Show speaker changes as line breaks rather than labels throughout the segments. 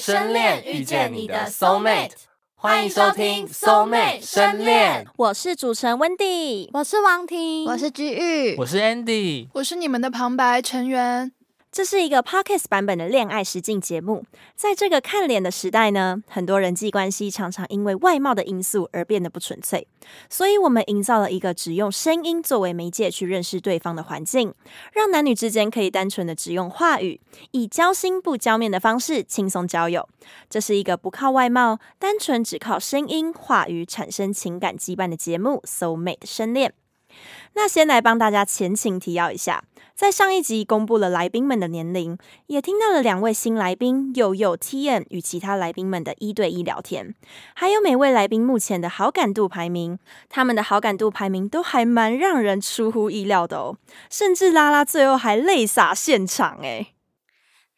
深恋遇见你的 soul mate，欢迎收听 soul mate 深恋。
我是主持人 Wendy，
我是王婷，
我是居玉，
我是 Andy，
我是你们的旁白成员。
这是一个 podcast 版本的恋爱实境节目。在这个看脸的时代呢，很多人际关系常常因为外貌的因素而变得不纯粹，所以我们营造了一个只用声音作为媒介去认识对方的环境，让男女之间可以单纯的只用话语，以交心不交面的方式轻松交友。这是一个不靠外貌，单纯只靠声音话语产生情感羁绊的节目《Soul Mate 深恋》。那先来帮大家前情提要一下，在上一集公布了来宾们的年龄，也听到了两位新来宾佑佑 T N 与其他来宾们的一对一聊天，还有每位来宾目前的好感度排名，他们的好感度排名都还蛮让人出乎意料的哦，甚至拉拉最后还泪洒现场哎诶。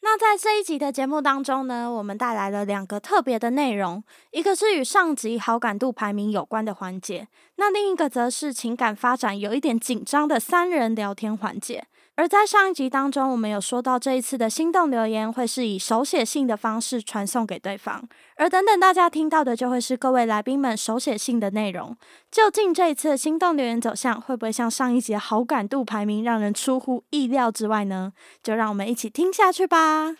那在这一集的节目当中呢，我们带来了两个特别的内容，一个是与上集好感度排名有关的环节，那另一个则是情感发展有一点紧张的三人聊天环节。而在上一集当中，我们有说到这一次的心动留言会是以手写信的方式传送给对方，而等等大家听到的就会是各位来宾们手写信的内容。究竟这一次的心动留言走向会不会像上一集的好感度排名让人出乎意料之外呢？就让我们一起听下去吧。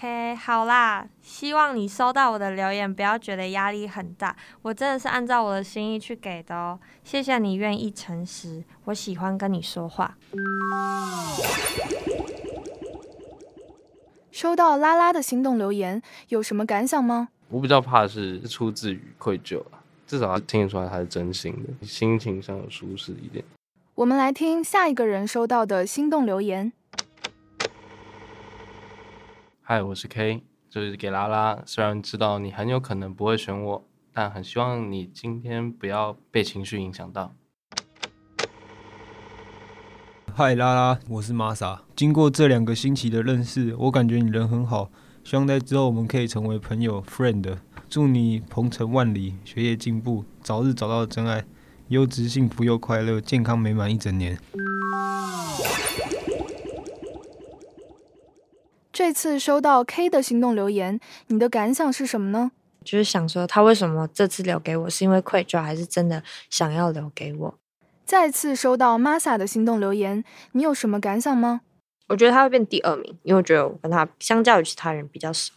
OK，好啦，希望你收到我的留言，不要觉得压力很大。我真的是按照我的心意去给的哦，谢谢你愿意诚实，我喜欢跟你说话。
收到拉拉的心动留言，有什么感想吗？
我比较怕的是出自于愧疚啊，至少他听得出来他是真心的，心情上有舒适一点。
我们来听下一个人收到的心动留言。
嗨，我是 K，就是给拉拉。虽然知道你很有可能不会选我，但很希望你今天不要被情绪影响到。
嗨，拉拉，我是玛莎。经过这两个星期的认识，我感觉你人很好，希望在之后我们可以成为朋友 friend。祝你鹏程万里，学业进步，早日找到真爱，优质、幸福又快乐，健康美满一整年。
这次收到 K 的心动留言，你的感想是什么呢？
就是想说，他为什么这次留给我，是因为愧疚，还是真的想要留给我？
再次收到 Masa 的心动留言，你有什么感想吗？
我觉得他会变第二名，因为我觉得我跟他相较于其他人比较少。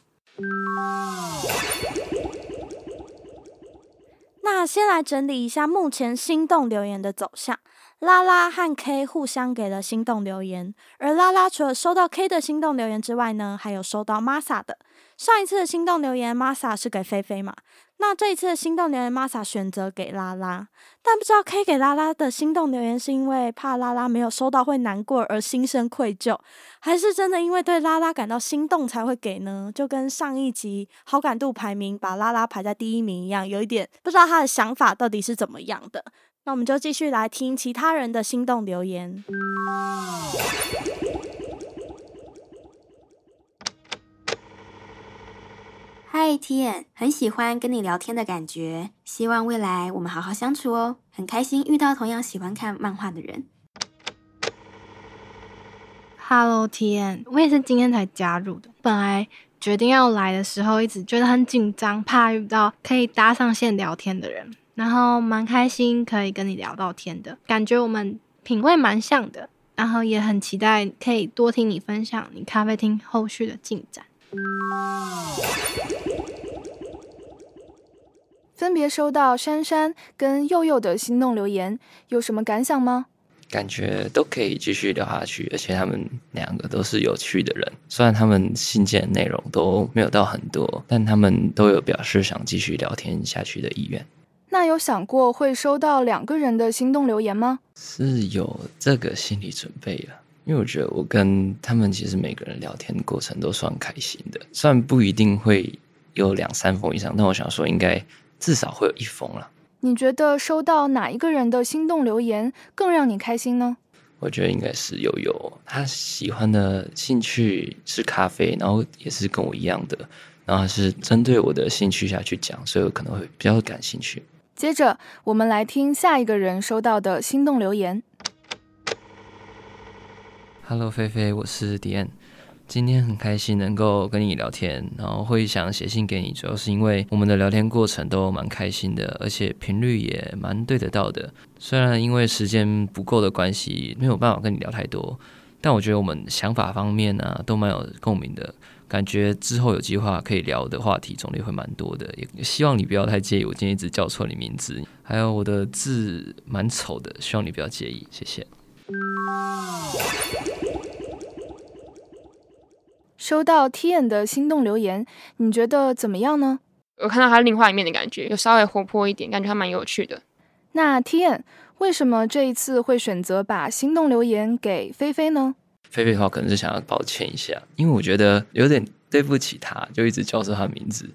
那先来整理一下目前心动留言的走向。拉拉和 K 互相给了心动留言，而拉拉除了收到 K 的心动留言之外呢，还有收到 Masa 的。上一次的心动留言，Masa 是给菲菲嘛？那这一次的心动留言，Masa 选择给拉拉，但不知道 K 给拉拉的心动留言是因为怕拉拉没有收到会难过而心生愧疚，还是真的因为对拉拉感到心动才会给呢？就跟上一集好感度排名把拉拉排在第一名一样，有一点不知道他的想法到底是怎么样的。那我们就继续来听其他人的心动留言。
嗨，Tian，很喜欢跟你聊天的感觉，希望未来我们好好相处哦。很开心遇到同样喜欢看漫画的人。
Hello T N，我也是今天才加入的。本来决定要来的时候，一直觉得很紧张，怕遇到可以搭上线聊天的人，然后蛮开心可以跟你聊到天的，感觉我们品味蛮像的，然后也很期待可以多听你分享你咖啡厅后续的进展。
分别收到珊珊跟佑佑的心动留言，有什么感想吗？
感觉都可以继续聊下去，而且他们两个都是有趣的人。虽然他们信件内容都没有到很多，但他们都有表示想继续聊天下去的意愿。
那有想过会收到两个人的心动留言吗？
是有这个心理准备了，因为我觉得我跟他们其实每个人聊天过程都算开心的，虽然不一定会有两三封以上，但我想说应该至少会有一封了。
你觉得收到哪一个人的心动留言更让你开心呢？
我觉得应该是悠悠，他喜欢的兴趣是咖啡，然后也是跟我一样的，然后是针对我的兴趣下去讲，所以我可能会比较感兴趣。
接着，我们来听下一个人收到的心动留言。
Hello，菲菲，我是迪安。今天很开心能够跟你聊天，然后会想写信给你，主要是因为我们的聊天过程都蛮开心的，而且频率也蛮对得到的。虽然因为时间不够的关系，没有办法跟你聊太多，但我觉得我们想法方面呢、都蛮有共鸣的。感觉之后有计划可以聊的话题种类会蛮多的，也希望你不要太介意我今天一直叫错你名字，还有我的字蛮丑的，希望你不要介意，谢谢。
收到 Tian 的心动留言，你觉得怎么样呢？
我看到他另外一面的感觉，有稍微活泼一点，感觉还蛮有趣的。
那 Tian 为什么这一次会选择把心动留言给菲菲呢？
菲菲的话，可能是想要抱歉一下，因为我觉得有点对不起她，就一直叫错她名字。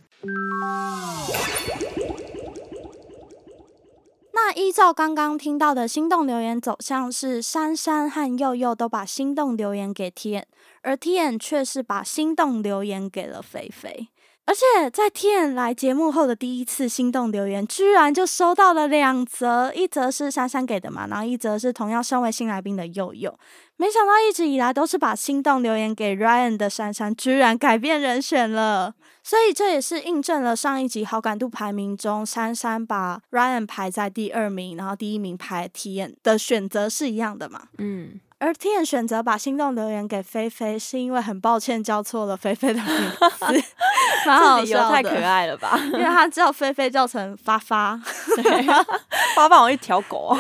那依照刚刚听到的心动留言走向是，珊珊和佑佑都把心动留言给 T N，而 T N 却是把心动留言给了菲菲。而且在 T N 来节目后的第一次心动留言，居然就收到了两则，一则是珊珊给的嘛，然后一则是同样身为新来宾的佑佑。没想到一直以来都是把心动留言给 Ryan 的珊珊，居然改变人选了。所以这也是印证了上一集好感度排名中，珊珊把 Ryan 排在第二名，然后第一名排 T N 的选择是一样的嘛。
嗯，
而 T N 选择把心动留言给菲菲，是因为很抱歉叫错了菲菲的名字，蛮好
这理由
笑的，
太可爱了吧
因为他叫菲菲叫成 发发，
八爸我一条狗，哦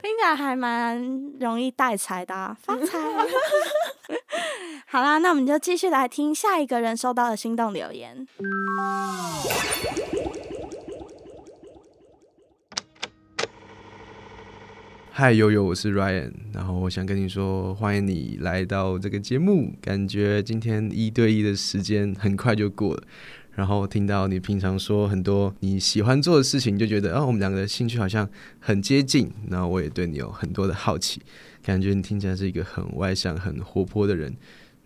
听起来还蛮容易带财的、啊，发财。 好啦，那我们就继续来听下一个人收到的心动留言。
嗨，悠悠，我是 Ryan，然后我想跟你说，欢迎你来到这个节目。感觉今天一对一的时间很快就过了，然后听到你平常说很多你喜欢做的事情，就觉得哦，我们两个的兴趣好像很接近。然后我也对你有很多的好奇，感觉你听起来是一个很外向、很活泼的人。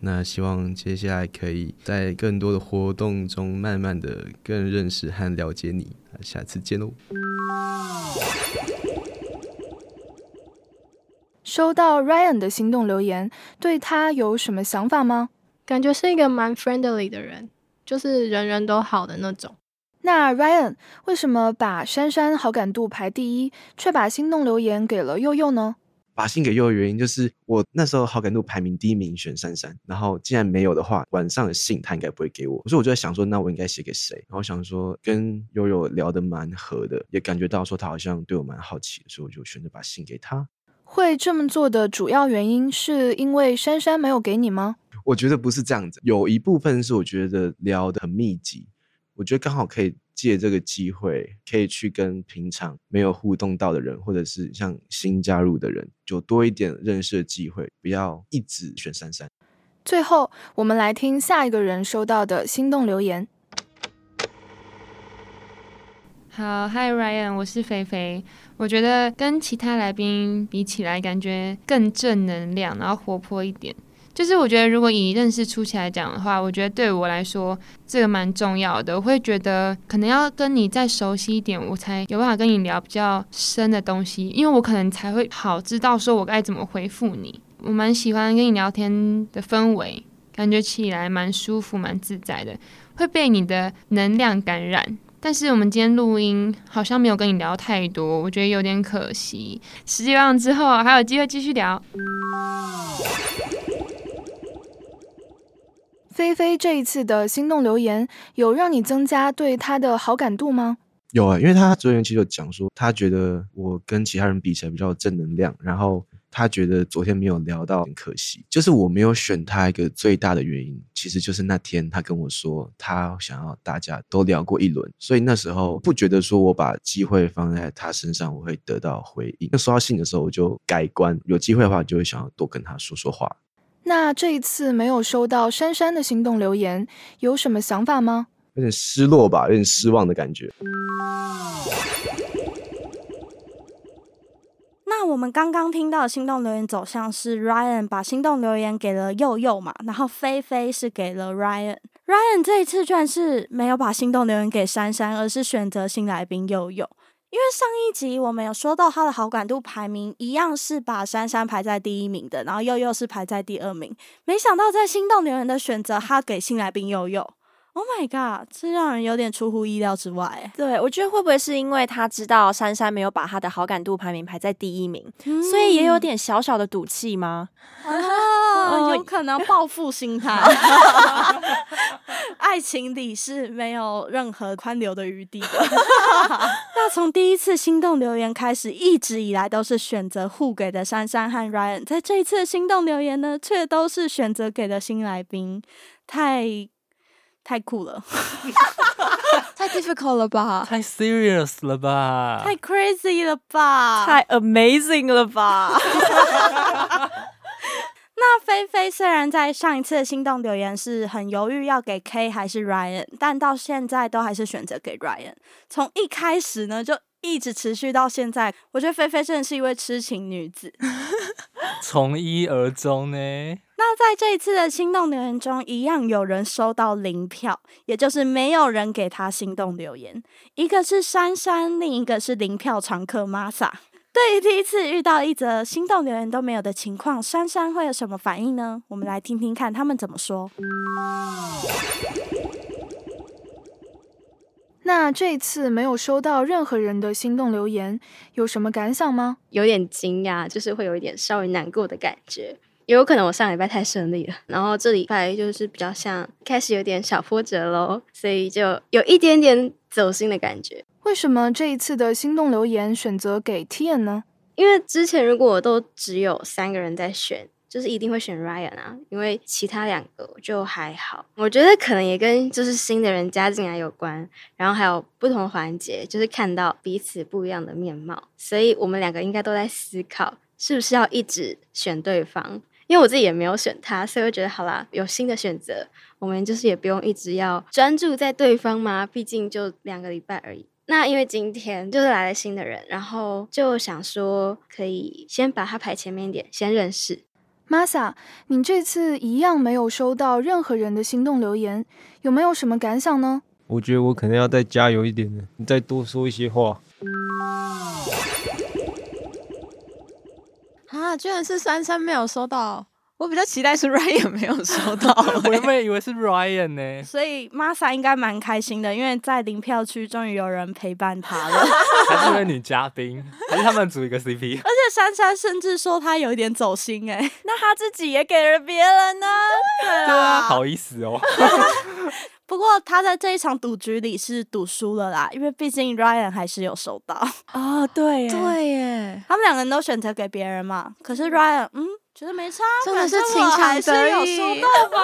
那希望接下来可以在更多的活动中，慢慢的更认识和了解你。那下次见喽。
收到 Ryan 的心动留言，对他有什么想法吗？
感觉是一个蛮 friendly 的人，就是人人都好的那种。
那 Ryan 为什么把珊珊好感度排第一，却把心动留言给了佑佑呢？
把信给佑的原因就是我那时候好感度排名第一名选珊珊，然后既然没有的话，晚上的信他应该不会给我，所以我就在想说，那我应该写给谁？然后想说跟悠悠聊得蛮合的，也感觉到说他好像对我蛮好奇的，所以我就选择把信给他。
会这么做的主要原因是因为珊珊没有给你吗？
我觉得不是这样子，有一部分是我觉得聊得很密集，我觉得刚好可以借这个机会，可以去跟平常没有互动到的人，或者是像新加入的人，就多一点认识的机会，不要一直选珊珊。
最后，我们来听下一个人收到的心动留言。
好嗨 Ryan，我是肥肥。我觉得跟其他来宾比起来，感觉更正能量，然后活泼一点。就是我觉得，如果以认识初期来讲的话，我觉得对我来说这个蛮重要的。我会觉得可能要跟你再熟悉一点，我才有办法跟你聊比较深的东西，因为我可能才会好知道说我该怎么回复你。我蛮喜欢跟你聊天的氛围，感觉起来蛮舒服、蛮自在的，会被你的能量感染。但是我们今天录音好像没有跟你聊太多，我觉得有点可惜。希望之后还有机会继续聊。
菲菲这一次的心动留言有让你增加对他的好感度吗？
有啊、因为他昨天其实有讲说，他觉得我跟其他人比起来比较有正能量，然后他觉得昨天没有聊到很可惜，就是我没有选他一个最大的原因，其实就是那天他跟我说他想要大家都聊过一轮，所以那时候不觉得说我把机会放在他身上我会得到回应。那收到信的时候我就改观，有机会的话我就会想要多跟他说说话。
那这一次没有收到珊珊的心动留言，有什么想法吗？
有点失落吧，有点失望的感觉。
那我们刚刚听到的心动留言走向是 Ryan 把心动留言给了佑佑嘛，然后菲菲是给了 Ryan。Ryan 这一次居然是没有把心动留言给珊珊，而是选择新来宾佑佑。因为上一集我们有说到他的好感度排名一样是把珊珊排在第一名的，然后佑佑是排在第二名。没想到在心动留言的选择，他给新来宾佑佑。Oh my god，这让人有点出乎意料之外欸。
对，我觉得会不会是因为他知道珊珊没有把他的好感度排名排在第一名，所以
嗯
也有点小小的赌气吗？
啊，有可能报复心 态，爱情里是没有任何宽留的余地的。 那从第一次心动留言开始，一直以来都是选择互给的珊珊和 Ryan，在这一次的心动留言呢，却都是选择给的新来宾，太太酷 了，
太 difficult 了吧？
太 serious 了吧？
太 crazy 了吧？
太 amazing 了 吧？
那菲菲虽然在上一次的心动留言是很犹豫要给 K 还是 Ryan，但到现在都还是选择给 Ryan。从一开始呢，就一直持续到现在。我觉得菲菲真的是一位痴情女子。
从一而终呢？
那在这一次的心动留言中，一样有人收到零票，也就是没有人给他心动留言。一个是珊珊，另一个是零票常客 Masa。对于第一次遇到一则心动留言都没有的情况，珊珊会有什么反应呢？我们来听听看他们怎么说。
那这次没有收到任何人的心动留言，有什么感想吗？
有点惊讶，就是会有一点稍微难过的感觉。也有可能我上礼拜太顺利了，然后这礼拜就是比较像开始有点小波折喽，所以就有一点点走心的感觉。
为什么这一次的心动留言选择给 Tian 呢？
因为之前如果我都只有三个人在选，就是一定会选 Ryan 啊，因为其他两个就还好。我觉得可能也跟就是新的人加进来有关，然后还有不同环节，就是看到彼此不一样的面貌，所以我们两个应该都在思考是不是要一直选对方。因为我自己也没有选他，所以我觉得好啦，有新的选择，我们就是也不用一直要专注在对方嘛，毕竟就两个礼拜而已。那因为今天就是来了新的人，然后就想说可以先把他排前面一点，先认识。
Masa，你这次一样没有收到任何人的心动留言，有没有什么感想呢？
我觉得我可能要再加油一点的，你再多说一些话。
啊，居然是珊珊没有收到，我比较期待是 Ryan 没有收到、
我原本以为是 Ryan 呢、
所以 Masa 应该蛮开心的，因为在零票区终于有人陪伴他了。
还是因为女嘉宾，还是他们组一个 CP？
啊
而且珊珊甚至说她有一点走心 哎、
那他自己也给了别人呢、
对啊，好意思哦。
不过他在这一场赌局里是赌输了啦，因为毕竟 Ryan 还是有收到。
哦，对耶，
对耶，
他们两个人都选择给别人嘛，可是 Ryan 嗯觉得没差，
真的是
反正我
情场
还是
得
有
意
收到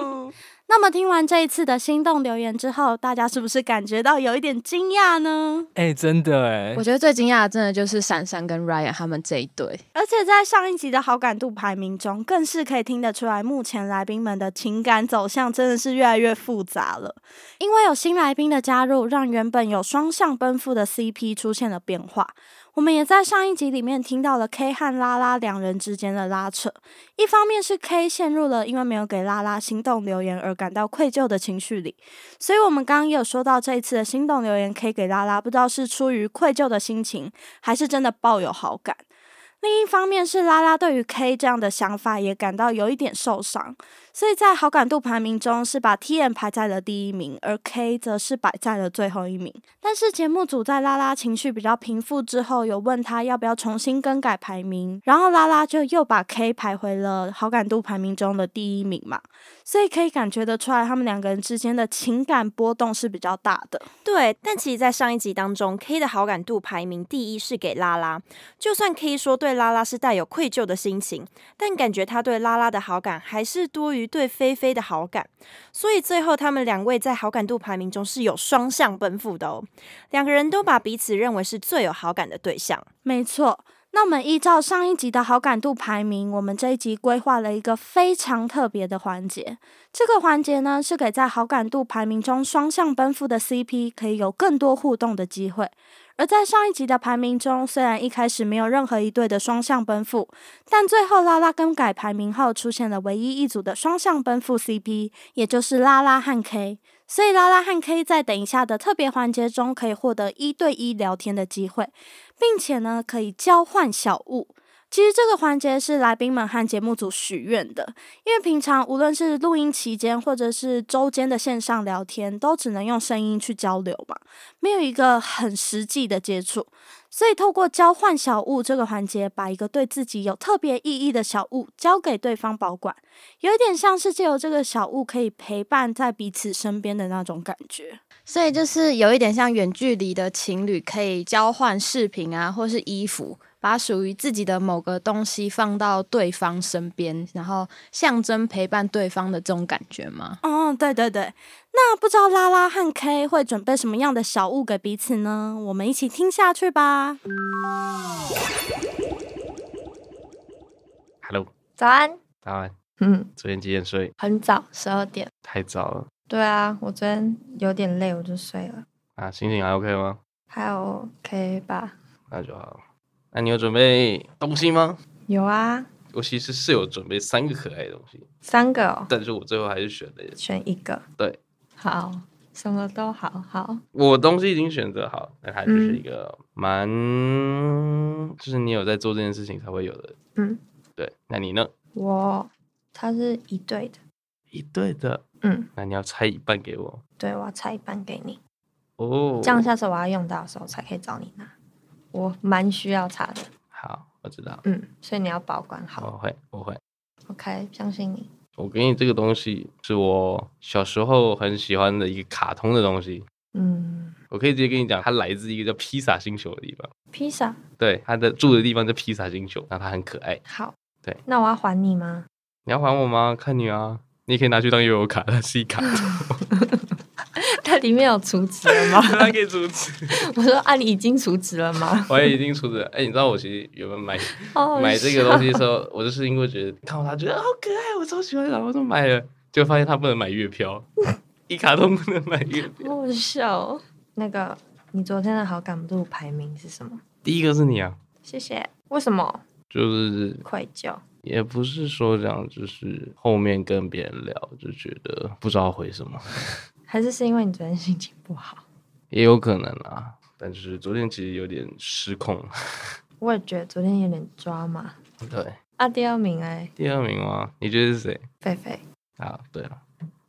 吧。那么听完这一次的心动留言之后，大家是不是感觉到有一点惊讶呢？
哎、真的哎，
我觉得最惊讶的真的就是珊珊跟 Ryan 他们这一对，
而且在上一集的好感度排名中，更是可以听得出来，目前来宾们的情感走向真的是越来越复杂了。因为有新来宾的加入，让原本有双向奔赴的 CP 出现了变化。我们也在上一集里面听到了 K 和拉拉两人之间的拉扯，一方面是 K 陷入了因为没有给拉拉心动留言而感到愧疚的情绪里，所以我们刚刚也有说到这一次的心动留言 K 给拉拉，不知道是出于愧疚的心情，还是真的抱有好感。另一方面是拉拉对于 K 这样的想法也感到有一点受伤，所以在好感度排名中是把 T M 排在了第一名，而 K 则是摆在了最后一名。但是节目组在拉拉情绪比较平复之后，有问他要不要重新更改排名，然后拉拉就又把 K 排回了好感度排名中的第一名嘛，所以可以感觉得出来他们两个人之间的情感波动是比较大的。
对，但其实，在上一集当中，K 的好感度排名第一是给拉拉。就算 K 说对拉拉是带有愧疚的心情，但感觉他对拉拉的好感还是多于对菲菲的好感。所以最后，他们两位在好感度排名中是有双向奔赴的哦。两个人都把彼此认为是最有好感的对象。
没错。那我们依照上一集的好感度排名，我们这一集规划了一个非常特别的环节。这个环节呢，是给在好感度排名中双向奔赴的 CP 可以有更多互动的机会。而在上一集的排名中，虽然一开始没有任何一对的双向奔赴，但最后拉拉更改排名后，出现了唯一一组的双向奔赴 CP，也就是拉拉和 K。所以拉拉和 K 在等一下的特别环节中可以获得一对一聊天的机会，并且呢可以交换小物。其实这个环节是来宾们和节目组许愿的，因为平常无论是录音期间或者是周间的线上聊天，都只能用声音去交流嘛，没有一个很实际的接触。所以透过交换小物这个环节，把一个对自己有特别意义的小物交给对方保管，有一点像是借由这个小物可以陪伴在彼此身边的那种感觉。
所以就是有一点像远距离的情侣可以交换饰品啊，或是衣服，把属于自己的某个东西放到对方身边，然后象征陪伴对方的这种感觉吗？
哦，对对对，那不知道拉拉和 K 会准备什么样的小物给彼此呢？我们一起听下去吧。
Hello，
早安，
早安。
嗯，
昨天几点睡？
很早，十二点。
太早了
对啊，我昨天有点累，我就睡了，
啊，心情还 OK 吗？
还 OK 吧？
那就好。那你有准备东西吗？
有啊，
我其实是有准备三个可爱的东西，
三个哦，
但是我最后还是选了
选一个，
对，
好，什么都好好。
我东西已经选择好，那它
嗯
就是一个蛮，就是你有在做这件事情才会有的。
嗯，
对，那你呢？
我它是一对的，
一对的，
嗯，
那你要拆一半给我
对，我要拆一半给你，
哦。
这样下次我要用到的时候才可以找你拿。我蛮需要擦的，
好，我知道，
嗯，所以你要保管好。
我会，我会。
OK，相信你。
我给你这个东西是我小时候很喜欢的一个卡通的东西，
嗯，
我可以直接跟你讲，它来自一个叫披萨星球的地方。
披萨
对，它的住的地方叫披萨星球，然后它很可爱。
好，
对，
那我要还你 吗？
你要还我吗？看你啊，你也可以拿去当悠游卡，它是一卡，
它里面有储值了吗？
它可以储值。
我说啊，你已经储值了吗？
我也已经出资了。哎、你知道我其实原本买
好好
买这个东西的时
笑
候，我就是因为觉得看到它觉得好可爱，我超喜欢，然后就买了，就发现它不能买月票，一卡通不能买月票。
好好笑哦。那个，你昨天的好感度排名是什么？
第一个是你啊，
谢谢。为什么
就是
愧疚？
也不是说这样，就是后面跟别人聊就觉得不知道回什么，
还是是因为你昨天心情不好？
也有可能啊。但是昨天其实有点失控。
我也觉得昨天有点抓嘛。
对，
啊，第二名哎、
第二名吗？你觉得是谁？
狒狒
啊，对了，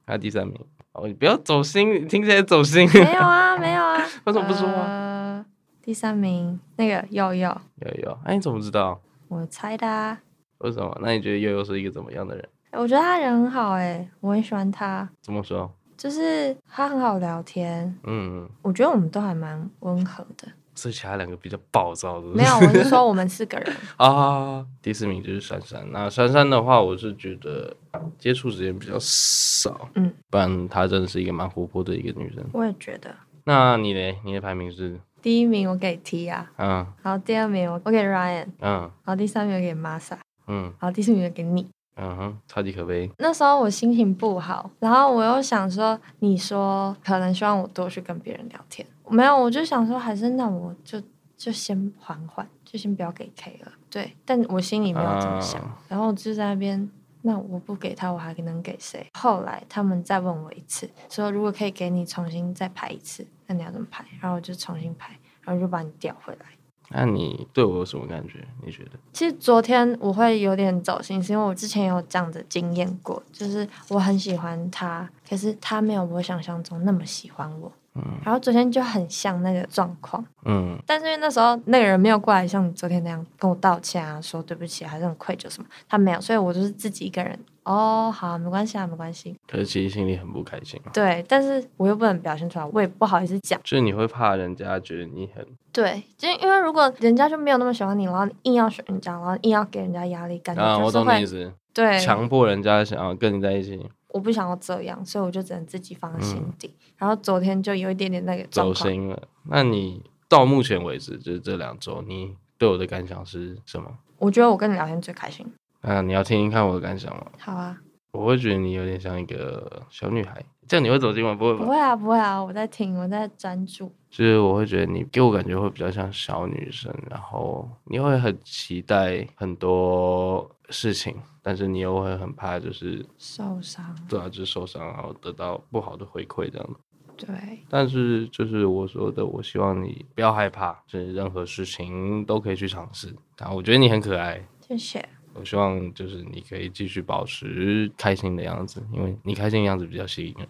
还有第三名。哦，你不要走心，听起来走心。
没 有啊，没有啊，
为什么不说啊
呃，第三名那个佑佑，
悠悠，哎，你怎么知道？
我猜的啊。
为什么？那你觉得悠悠是一个怎么样的人？
哎我觉得他人很好哎、我很喜欢他，
怎么说？
就是他很好聊天，
嗯，
我觉得我们都还蛮温和的。
所以其他两个比较暴躁的。
没有，我是说我们四个人，
啊，第四名就是珊珊。那珊珊的话，我是觉得接触时间比较少，
嗯，
不然她真的是一个蛮活泼的一个女生。
我也觉得
那你嘞？你的排名是？
第一名我给 T 啊，
嗯
然后第二名我我给 Ryan，
嗯
然后第三名我给 Masa，
嗯
然后第四名我给你。
嗯哼，超级可悲。
那时候我心情不好，然后我又想说，你说可能希望我多去跟别人聊天，没有，我就想说，还是那我就就先缓缓，就先不要给 K 了。对，但我心里没有这么想，
啊
然后我就在那边，那我不给他，我还能给谁？后来他们再问我一次，说如果可以给你重新再排一次，那你要怎么排？然后我就重新排，然后就把你调回来。
那你对我有什么感觉？你觉得？
其实昨天我会有点走心，是因为我之前有这样的经验过，就是我很喜欢他，可是他没有我想象中那么喜欢我。
嗯
然后昨天就很像那个状况，
嗯
但是因为那时候那个人没有过来像你昨天那样跟我道歉啊，说对不起，还是很愧疚什么，他没有，所以我就是自己一个人。哦，好，没关系啊，没关系。
可是其实心里很不开心啊，
对，但是我又不能表现出来，我也不好意思讲。
就是你会怕人家觉得你很
对，就因为如果人家就没有那么喜欢你，然后你硬要选人家，然后硬要给人家压力，感觉
啊，
就
我
是
懂
会
你意思，
对
强迫人家想要跟你在一起，
我不想要这样，所以我就只能自己放在心
嗯
底。然后昨天就有一点点那个状
走
况，
心了。那你到目前为止，就是这两周，你对我的感想是什么？
我觉得我跟你聊天最开心。
啊，你要听听看我的感想吗？
好啊，
我会觉得你有点像一个小女孩，这样你会走进吗？不会吧？
不会啊，不会啊，我在听，我在专注。
就是我会觉得你给我感觉会比较像小女生，然后你会很期待很多事情，但是你又会很怕就是
受伤
对啊，就是受伤，然后得到不好的回馈这样子。
对，
但是就是我说的，我希望你不要害怕，就是任何事情都可以去尝试。然后我觉得你很可爱，
谢谢。
我希望就是你可以继续保持开心的样子，因为你开心的样子比较吸引人。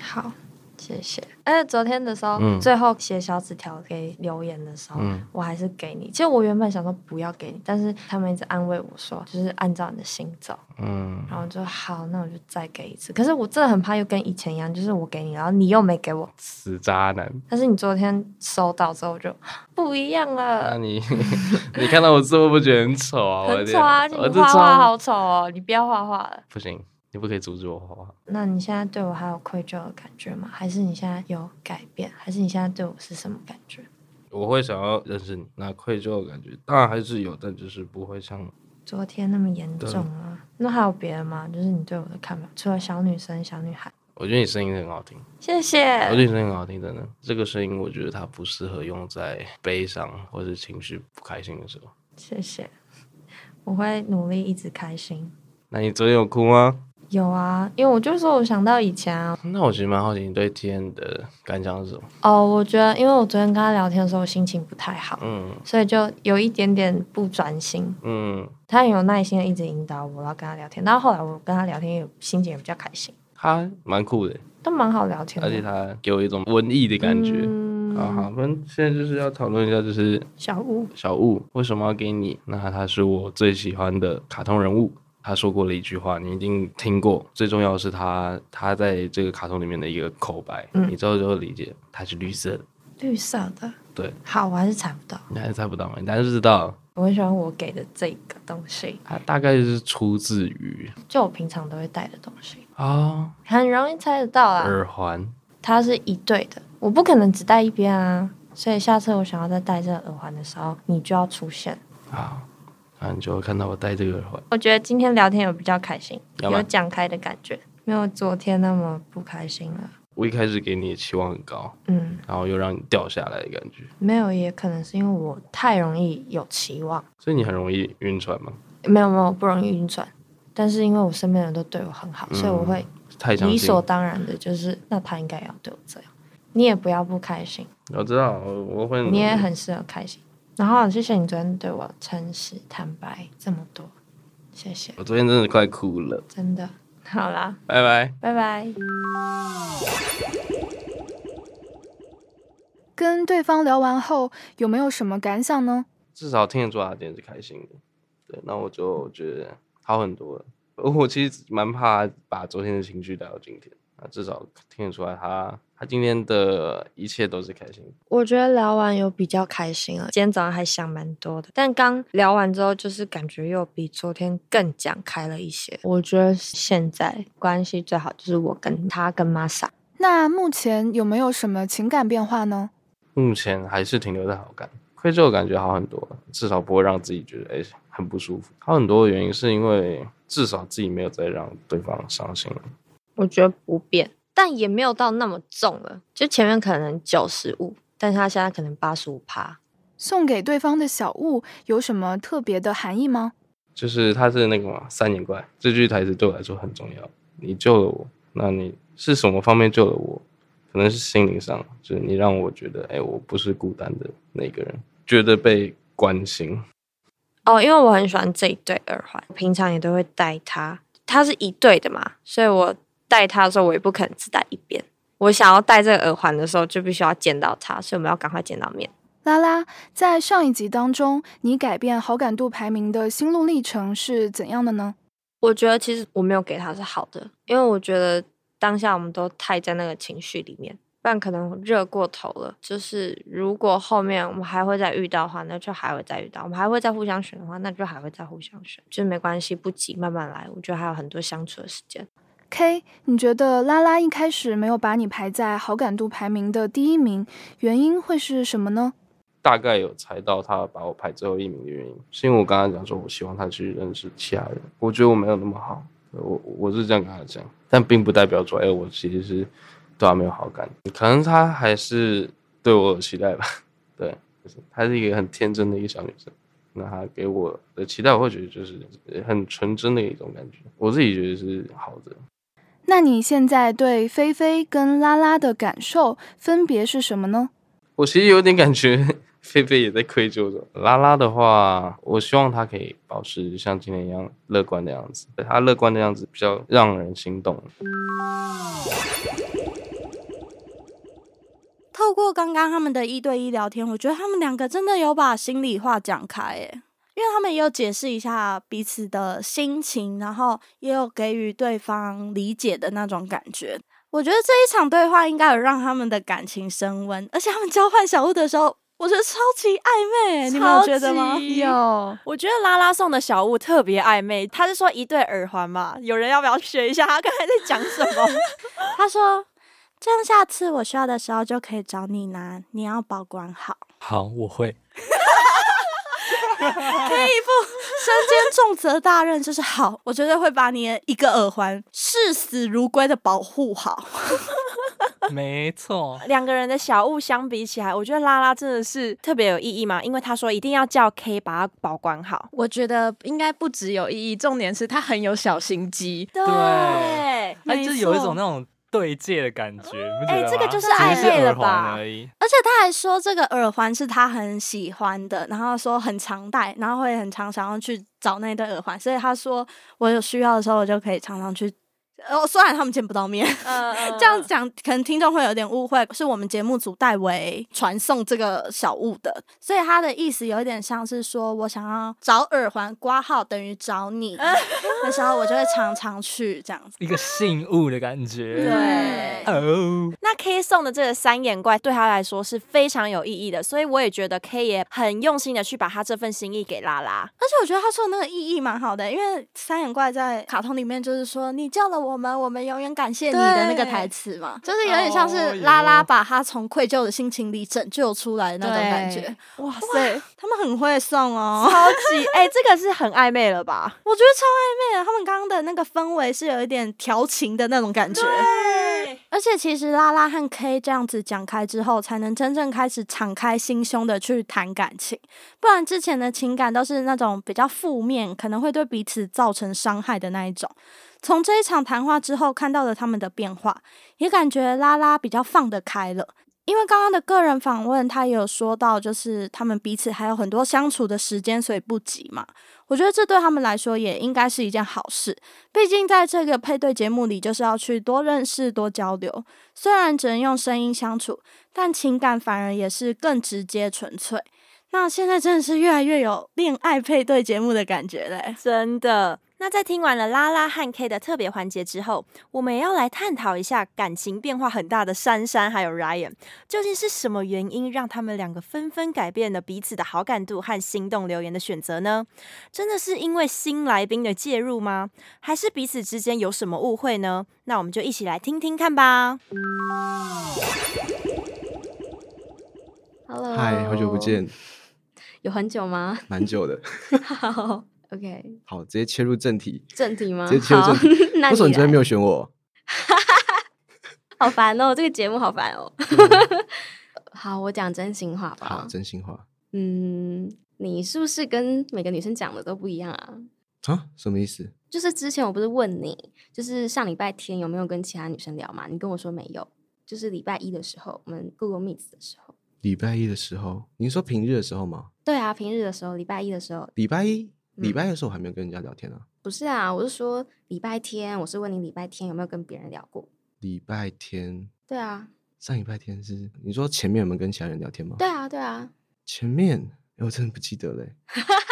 好，谢谢。哎，昨天的时候，
嗯
最后写小纸条给留言的时候，
嗯
我还是给你。其实我原本想说不要给你，但是他们一直安慰我说，就是按照你的心走。
嗯，
然后我就好，那我就再给一次。可是我真的很怕又跟以前一样，就是我给你，然后你又没给我。
死渣男。
但是你昨天收到之后，我就 不一样了，
那你 你看到我字会不会觉得很丑啊？我
很
的
丑啊！你
我这
画画
超
好丑哦，你不要画画了。
不行，你不可以阻止我画画。
那你现在对我还有愧疚的感觉吗？还是你现在有改变？还是你现在对我是什么感觉？
我会想要认识你，那愧疚的感觉当然还是有，但就是不会像
昨天那么严
对
重啊？那还有别的吗？就是你对我的看法，除了小女生、小女孩，
我觉得你声音很好听，
谢谢。
我觉得你声音很好听，真的。这个声音我觉得它不适合用在悲伤或是情绪不开心的时候。
谢谢，我会努力一直开心。
那你昨天有哭吗？
有啊，因为我就说我想到以前啊，
那我其实蛮好奇你对 T N 的感想是什么？
哦，我觉得因为我昨天跟他聊天的时候，我心情不太好，
嗯
所以就有一点点不专心。
嗯，
他很有耐心的一直引导我，然后跟他聊天。然后后来我跟他聊天也心情也比较开心，
他蛮酷的，
都蛮好聊天嗯
而且
的。
他给我一种文艺的感觉。啊好，我们现在就是要讨论一下，就是
小屋，
小雾为什么要给你？那他是我最喜欢的卡通人物。他说过了一句话，你一定听过。最重要的是他他在这个卡通里面的一个口白，
嗯
你之后就会理解，它是绿色的。
绿色的，
对，
好，我还是猜不到。
你还是猜不到吗？你当然是知道，
我很喜欢我给的这个东西，
它大概是出自于
就我平常都会带的东西，
啊、
很容易猜得到啦。
耳环。
它是一对的，我不可能只戴一边啊。所以下次我想要再戴这个耳环的时候，你就要出现。
啊，你就会看到我戴这个耳环。
我觉得今天聊天有比较开心，
要吗
有讲开的感觉，没有昨天那么不开心了。
我一开始给你的期望很高，
嗯，
然后又让你掉下来的感觉，
没有，也可能是因为我太容易有期望，
所以你很容易晕船嘛，
没有没有不容易晕船。但是因为我身边人都对我很好，
嗯
所以我会
太相信
理所当然的，就是那他应该要对我这样。你也不要不开心，
我知道，我我会。
你也很适合开心。然后啊谢谢你昨天对我诚实坦白这么多，谢谢，
我昨天真的快哭了，
真的。好啦，
拜拜。
拜拜。
跟对方聊完后，有没有什么感想呢？
至少听得出来他今天是开心的，对，那我就觉得好很多了。我其实蛮怕把昨天的情绪带到今天，啊，至少听得出来他他今天的一切都是开心的。
我觉得聊完有比较开心了，今天早上还想蛮多的，但刚聊完之后，就是感觉又比昨天更讲开了一些。我觉得现在关系最好就是我跟他跟玛莎，
那目前有没有什么情感变化呢？
目前还是停留在好感，愧疚感觉好很多了，至少不会让自己觉得哎、很不舒服。好很多的原因是因为至少自己没有再让对方伤心了。
我觉得不变，但也没有到那么重了。就前面可能九十五，但是他现在可能八十五趴。
送给对方的小物有什么特别的含义吗？
就是他是那个嘛三眼怪这句台词对我来说很重要。你救了我，那你是什么方面救了我？可能是心灵上，就是你让我觉得，哎、我不是孤单的那个人，觉得被关心。
哦，因为我很喜欢这一对耳环，平常也都会戴它。它是一对的嘛，所以我戴它的时候，我也不可能只戴一边。我想要戴这个耳环的时候，就必须要见到它，所以我们要赶快见到面。
拉拉，在上一集当中，你改变好感度排名的心路历程是怎样的呢？
我觉得其实我没有给他是好的，因为我觉得当下我们都太在那个情绪里面，不然可能热过头了。就是如果后面我们还会再遇到的话，那就还会再遇到；我们还会再互相选的话，那就还会再互相选。就是没关系，不急，慢慢来。我觉得还有很多相处的时间。
K，你觉得拉拉一开始没有把你排在好感度排名的第一名，原因会是什么呢？
大概有猜到他把我排最后一名的原因，是因为我刚刚讲说，我希望他去认识其他人。我觉得我没有那么好，我我是这样跟他讲，但并不代表说，哎、我其实是对他没有好感，可能他还是对我有期待吧。对，就是她是一个很天真的一个小女生，那她给我的期待，我会觉得就是呃很纯真的一种感觉，我自己觉得是好的。
那你现在对菲菲跟拉拉的感受分别是什么呢？
我其实有点感觉菲菲也在愧疚着。拉拉的话，我希望她可以保持像今天一样乐观的样子，她乐观的样子比较让人心动。
透过刚刚他们的一对一聊天，我觉得他们两个真的有把心里话讲开耶，因为他们也有解释一下彼此的心情，然后也有给予对方理解的那种感觉。我觉得这一场对话应该有让他们的感情升温，而且他们交换小物的时候，我觉得超级暧哎昧耶，你们有觉得吗？
有，我觉得拉拉送的小物特别暧昧。他是说一对耳环嘛，有人要不要学一下？他刚才在讲什 么？
他说：“这样下次我需要的时候就可以找你拿，你要保管好。
好，我会。”
可以不？身兼重责大任就是好，我绝对会把你的一个耳环视死如归的保护好。
没错，
两个人的小物相比起来，我觉得拉拉真的是特别有意义嘛，因为他说一定要叫 K 把它保管好。
我觉得应该不只有意义，重点是他很有小心机。
对对
哎，就是有一种那种对戒的感觉，你不觉得吗？
嗯哎这个就是
只
暧昧
耳
了
环
吧
而已。
而且他还说这个耳环是他很喜欢的，然后说很常戴，然后会很常想要去找那对耳环，所以他说我有需要的时候我就可以常常去。哦，虽然他们见不到面， 这样讲可能听众会有点误会，是我们节目组代为传送这个小物的，所以他的意思有点像是说我想要找耳环挂号等于找你，那时候我就会常常去这样子。
一个信物的感觉。
对
哦，
呃那 K 送的这个三眼怪对他来说是非常有意义的，所以我也觉得 K 也很用心的去把他这份心意给拉拉。
而且我觉得他说的那个意义蛮好的，因为三眼怪在卡通里面就是说你救了我们，我们永远感谢你的那个台词嘛，就是有点像
哦
是
哟
拉拉把他从愧疚的心情里拯救出来的那种感觉
对。
哇塞，他们很会送哦，
超级哎、这个是很暧昧了吧？
我觉得超暧昧的，他们刚刚的那个氛围是有一点调情的那种感觉。而且其实拉拉和 K 这样子讲开之后，才能真正开始敞开心胸的去谈感情，不然之前的情感都是那种比较负面，可能会对彼此造成伤害的那一种。从这一场谈话之后，看到了他们的变化，也感觉拉拉比较放得开了。因为刚刚的个人访问，他也有说到，就是他们彼此还有很多相处的时间，所以不急嘛。我觉得这对他们来说也应该是一件好事，毕竟在这个配对节目里，就是要去多认识、多交流。虽然只能用声音相处，但情感反而也是更直接、纯粹。那现在真的是越来越有恋爱配对节目的感觉嘞！
真的。那在听完了拉拉和 K 的特别环节之后，我们也要来探讨一下感情变化很大的珊珊还有 Ryan，究竟是什么原因让他们两个纷纷改变了彼此的好感度和心动留言的选择呢？真的是因为新来宾的介入吗？还是彼此之间有什么误会呢？那我们就一起来听听看吧。
Hello，
嗨，好久不见，，
有很久吗？
蛮久的。
好，OK，
好，直接切入正题，
正题吗？
直接切入
好
正题。，
那
为什么你昨
你
天
来
没有选我？
好烦哦，这个节目好烦哦。 好，我讲真心话吧
嗯好，。真心话
嗯，你是不是跟每个女生讲的都不一样啊？
啊？什么意思？
就是之前我不是问你，就是上礼拜天有没有跟其他女生聊嘛？你跟我说没有，就是礼拜一的时候，我们 Google Meet 的时候。
礼拜一的时候，你是说平日的时候吗？
对啊，平日的时候，礼拜一的时候，
礼拜一，礼
嗯
拜一的时候我还没有跟人家聊天啊。
不是啊，我是说礼拜天，我是问你礼拜天有没有跟别人聊过？
礼拜天，
对啊，
上礼拜天是你说前面有没有跟其他人聊天吗？
对啊，对啊，
前面，哎我真的不记得 嘞。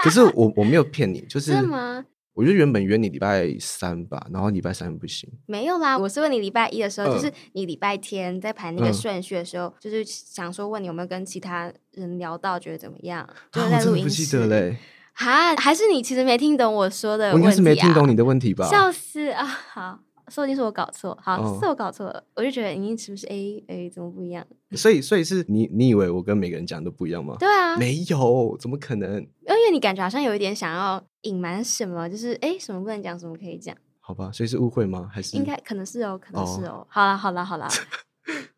可是我我没有骗你，就是
真的吗？
我就原本约你礼拜三吧，然后礼拜三不行。
没有啦，我是问你礼拜一的时候，
嗯
就是你礼拜天在排那个
嗯
顺序的时候，就是想说问你有没有跟其他人聊到，觉得怎么样？就是
啊
在
我真
录
的
音
不记得
室。
嘞，
哈，还是你其实没听懂我说的、问
我应该是没
题啊
听懂你的问题吧？
笑死啊！好，说不定是我搞错，好、
哦
是我搞错了，我就觉得你是不是 A A 怎么不一样？
所以，所以是你，你以为我跟每个人讲都不一样吗？
对啊
没有，怎么可能？
因为你感觉好像有一点想要隐瞒什么，就是哎，诶什么不能讲，什么可以讲。
好吧，所以是误会吗？还是
应该可能是哦，可能是
哦
哦。好啦，好啦，好 啦。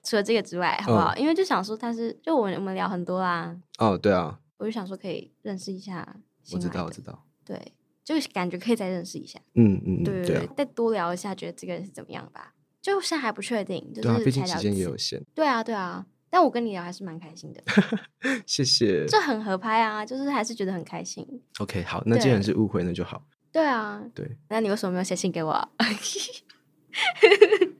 除了这个之外，好不好？
嗯
因为就想说他是，就我们我们聊很多啦，
哦，对啊，
我就想说可以认识一下
我
新
知
来
道，我
的，
知道，
对，就是感觉可以再认识一下，
嗯嗯嗯，
对
对
对，
啊，
再多聊一下，觉得这个人是怎么样吧。就现在还不确定，就
对啊，
是
毕竟
才
时
聊
间也
一
有
次。
限，
对啊，对啊，但我跟你聊还是蛮开心的，
谢谢。
这很合拍啊，就是还是觉得很开心。
OK，好，那既然
对
是误会，那就好。
对啊，
对，
那你为什么没有写信给我？啊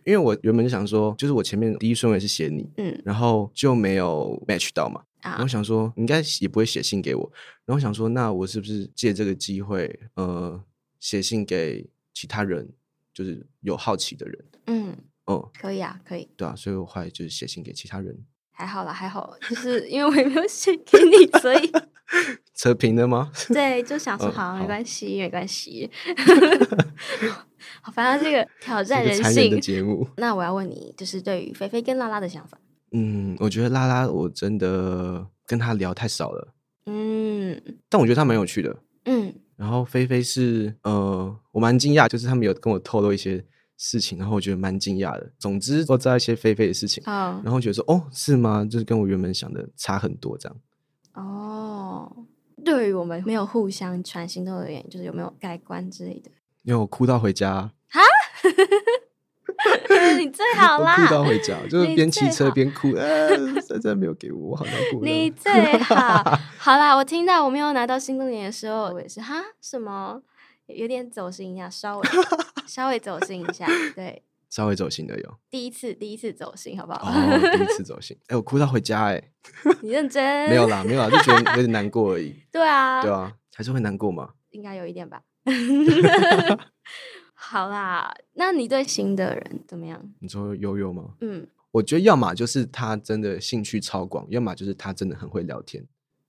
因为我原本就想说，就是我前面第一顺位是写你，
嗯，
然后就没有 match 到嘛，
啊
然后想说你应该也不会写信给我，然后想说那我是不是借这个机会，呃，写信给其他人，就是有好奇的人，
嗯，
嗯，
可以啊，可以，
对啊，所以我后来就是写信给其他人，
还好啦，还好，就是因为我也没有写给你，所 以
扯平了吗？
对，就想说
嗯
好，啊
好
没关系，没 关系。好，反正这个挑战
这个
人
残忍的节
性。
目。
那我要问你，就是对于菲菲跟拉拉的想法。
嗯，我觉得拉拉我真的跟她聊太少了，
嗯
但我觉得她蛮有趣的。
嗯，
然后菲菲是呃，我蛮惊讶，就是他们有跟我透露一些事情，然后我觉得蛮惊讶的。总之，我知道一些菲菲的事情，
哦
然后觉得说哦，是吗？就是跟我原本想的差很多这样。
哦，对于我们没有互相传行动的原因，就是有没有改观之类的。
因为我哭到回家，
你最好
我
啦，
哭到回家， 就是
你
边骑
最
车
好
边哭，啊， 珊珊没有给我，我好难过。
你 最好。好啦，我听到我没有拿到心动点的时候，我也是哈什么，有点走心一下，稍微稍微走心一下。对，
稍微走心的有，
第一次第一次走心，好不好？
哦，第一次走心，哎，我哭到回家，哎，
你认真？
没有啦，没有啦，就觉得有点难过而已。
对啊，
对啊，还是会难过嘛。
应该有一 点吧。 好啦，那你对新的人怎么样？
你说悠悠吗？
嗯
我觉得要么就是他真的兴趣超广，要么就是他真的很会聊天。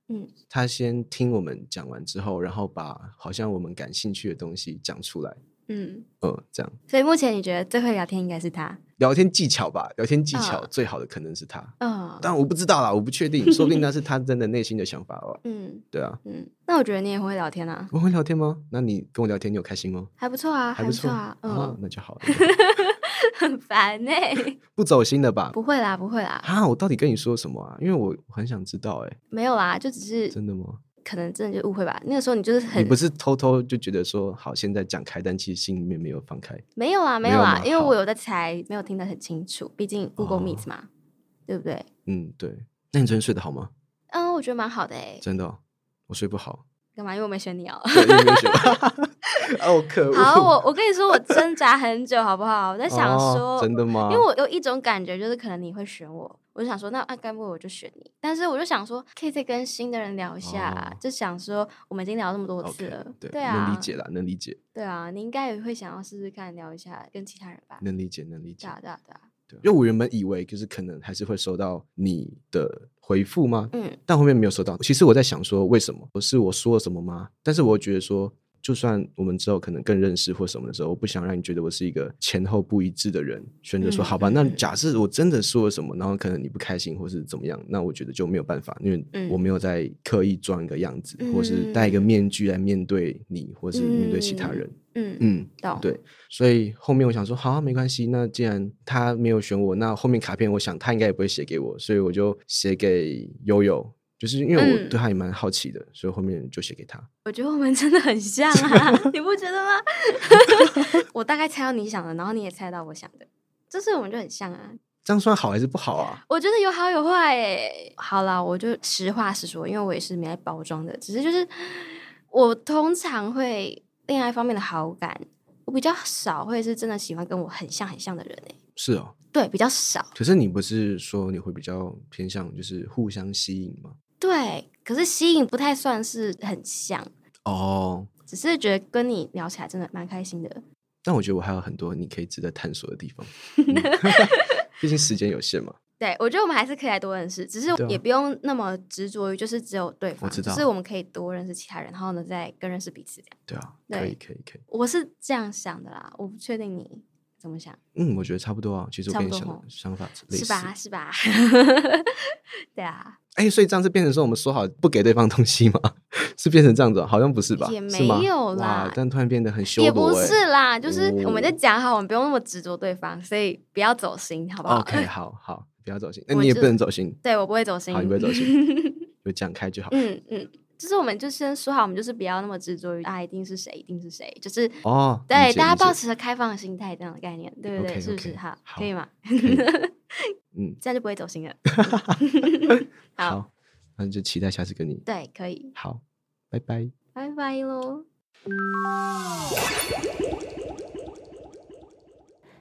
嗯
他先听我们讲完之后，然后把好像我们感兴趣的东西讲出来，
嗯，
呃，这样
所以目前你觉得最会聊天应该是他？
聊天技巧吧，聊天技巧最好的可能是他，
啊嗯
但我不知道啦，我不确定，说不定那是他真的内心的想法哦。
嗯
对啊，
嗯，那我觉得你也很会聊天啊，
我会聊天吗？那你跟我聊天，你有开心吗？
还不错啊，
还
还
不
错啊，
啊
嗯，
那就好了，
很 烦 呢、
不走心的吧
不？会啦，不会啦，
啊，我到底跟你说什么啊？因为我我很想知道，哎，
没有啦，就只是
真的吗？
可能真的就误会吧。那个时候你就是
你
很
不是偷偷就觉得说好，现在讲开，但其实心里面没有放开。
没有啦，
没
没有
有
啦
吗，
因为我
好
有在猜，没有听得很清楚，毕竟 Google
哦
Meet 嘛，对不对？
嗯，对。那你昨天睡得好吗？
嗯，我觉得蛮好的诶、
真的哦、我睡不 好。
干嘛？因为我没选 你哦。
对因为没睡哦，可 恶！
好，我我跟你说，我挣扎很久，好不好？我在想
哦
说，
真的吗
因为我有一种感觉，就是可能你会选我，我就想说，那啊，该不会我就选你？但是我就想说，可以再跟新的人聊一下，就想说，我们已经聊那么多次了
哦对，
啊，
能理解啦，能理解，
对啊，你应该也会想要试试看聊一下跟其他人吧？
能理解，能理解
对。啊，对啊，对啊，
对因为我原本以为就是可能还是会收到你的回复吗？
嗯，
但后面没有收到。其实我在想说，为什么？是我说了什么吗？但是我觉得说，就算我们之后可能更认识或什么的时候，我不想让你觉得我是一个前后不一致的人。选择说，
嗯
好吧，
嗯
那
嗯
假设我真的说了什么，然后可能你不开心或是怎么样，那我觉得就没有办法，因为
嗯
我没有在刻意装一个样子，或是
嗯
戴一个面具来面对你，或是面对其他人。
嗯
嗯，
懂
对，所以后面我想说，好、啊，没关系。那既然他没有选我，那后面卡片我想他应该也不会写给我，所以我就写给悠悠，就是因为我
嗯
对他也蛮好奇的，所以后面就写给他。
我觉得我们真的很像啊， 你不觉得吗？我大概猜到你想的，然后你也猜到我想的，就是我们就很像啊。
这样算好还是不好啊？
我觉得有好有坏诶、好啦，我就实话实说，因为我也是没在包装的，只是就是我通常会恋爱方面的好感，我比较少会是真的喜欢跟我很像很像的人诶、欸
是哦，
对，比较少。
可是你不是说你会比较偏向就是互相吸引吗？
对，可是吸引不太算是很像，
哦，
只是觉得跟你聊起来真的蛮开心的。
但我觉得我还有很多你可以值得探索的地 方，嗯毕竟时间有限嘛。
对，我觉得我们还是可以来多认识，只是
对啊
也不用那么执着于就是只有对方，
我知道
就是我们可以多认识其他人，然后呢再更认识彼此这样。
对啊，
对
可以，可以，可以。
我是这样想的啦，我不确定你怎么想，
嗯，我觉得差不多啊。其实我
差
跟
不
你
多
想的
吼
想法类似，
是吧？是吧？对啊，
哎、所以这样是变成说我们说好不给对方东西吗？ 是变成这样子哦，好像不是吧？
也
是吗
没有啦
哇但突然变得很羞、欸、
也不是啦，就是
哦
我们就讲好，我们不用那么执着对方，所以不要走心，好不好嗯
OK，好好，不要走心，那
我
你也
就
不能走心。
对我不会走心，
好，你不会走心，就讲开就好。
嗯嗯，就是我们就先说好，我们就是不要那么执着于啊，一定是谁，一定是谁，就是
哦理
对，
解
大家
理解
保持着开放的心态，这样的概念，对不对？
OK，OK，
是不是？好，可以吗？
嗯，
这样就不会走心了。 好，
好，那就期待下次跟你。
对，可以，
好，拜拜。
拜拜喽。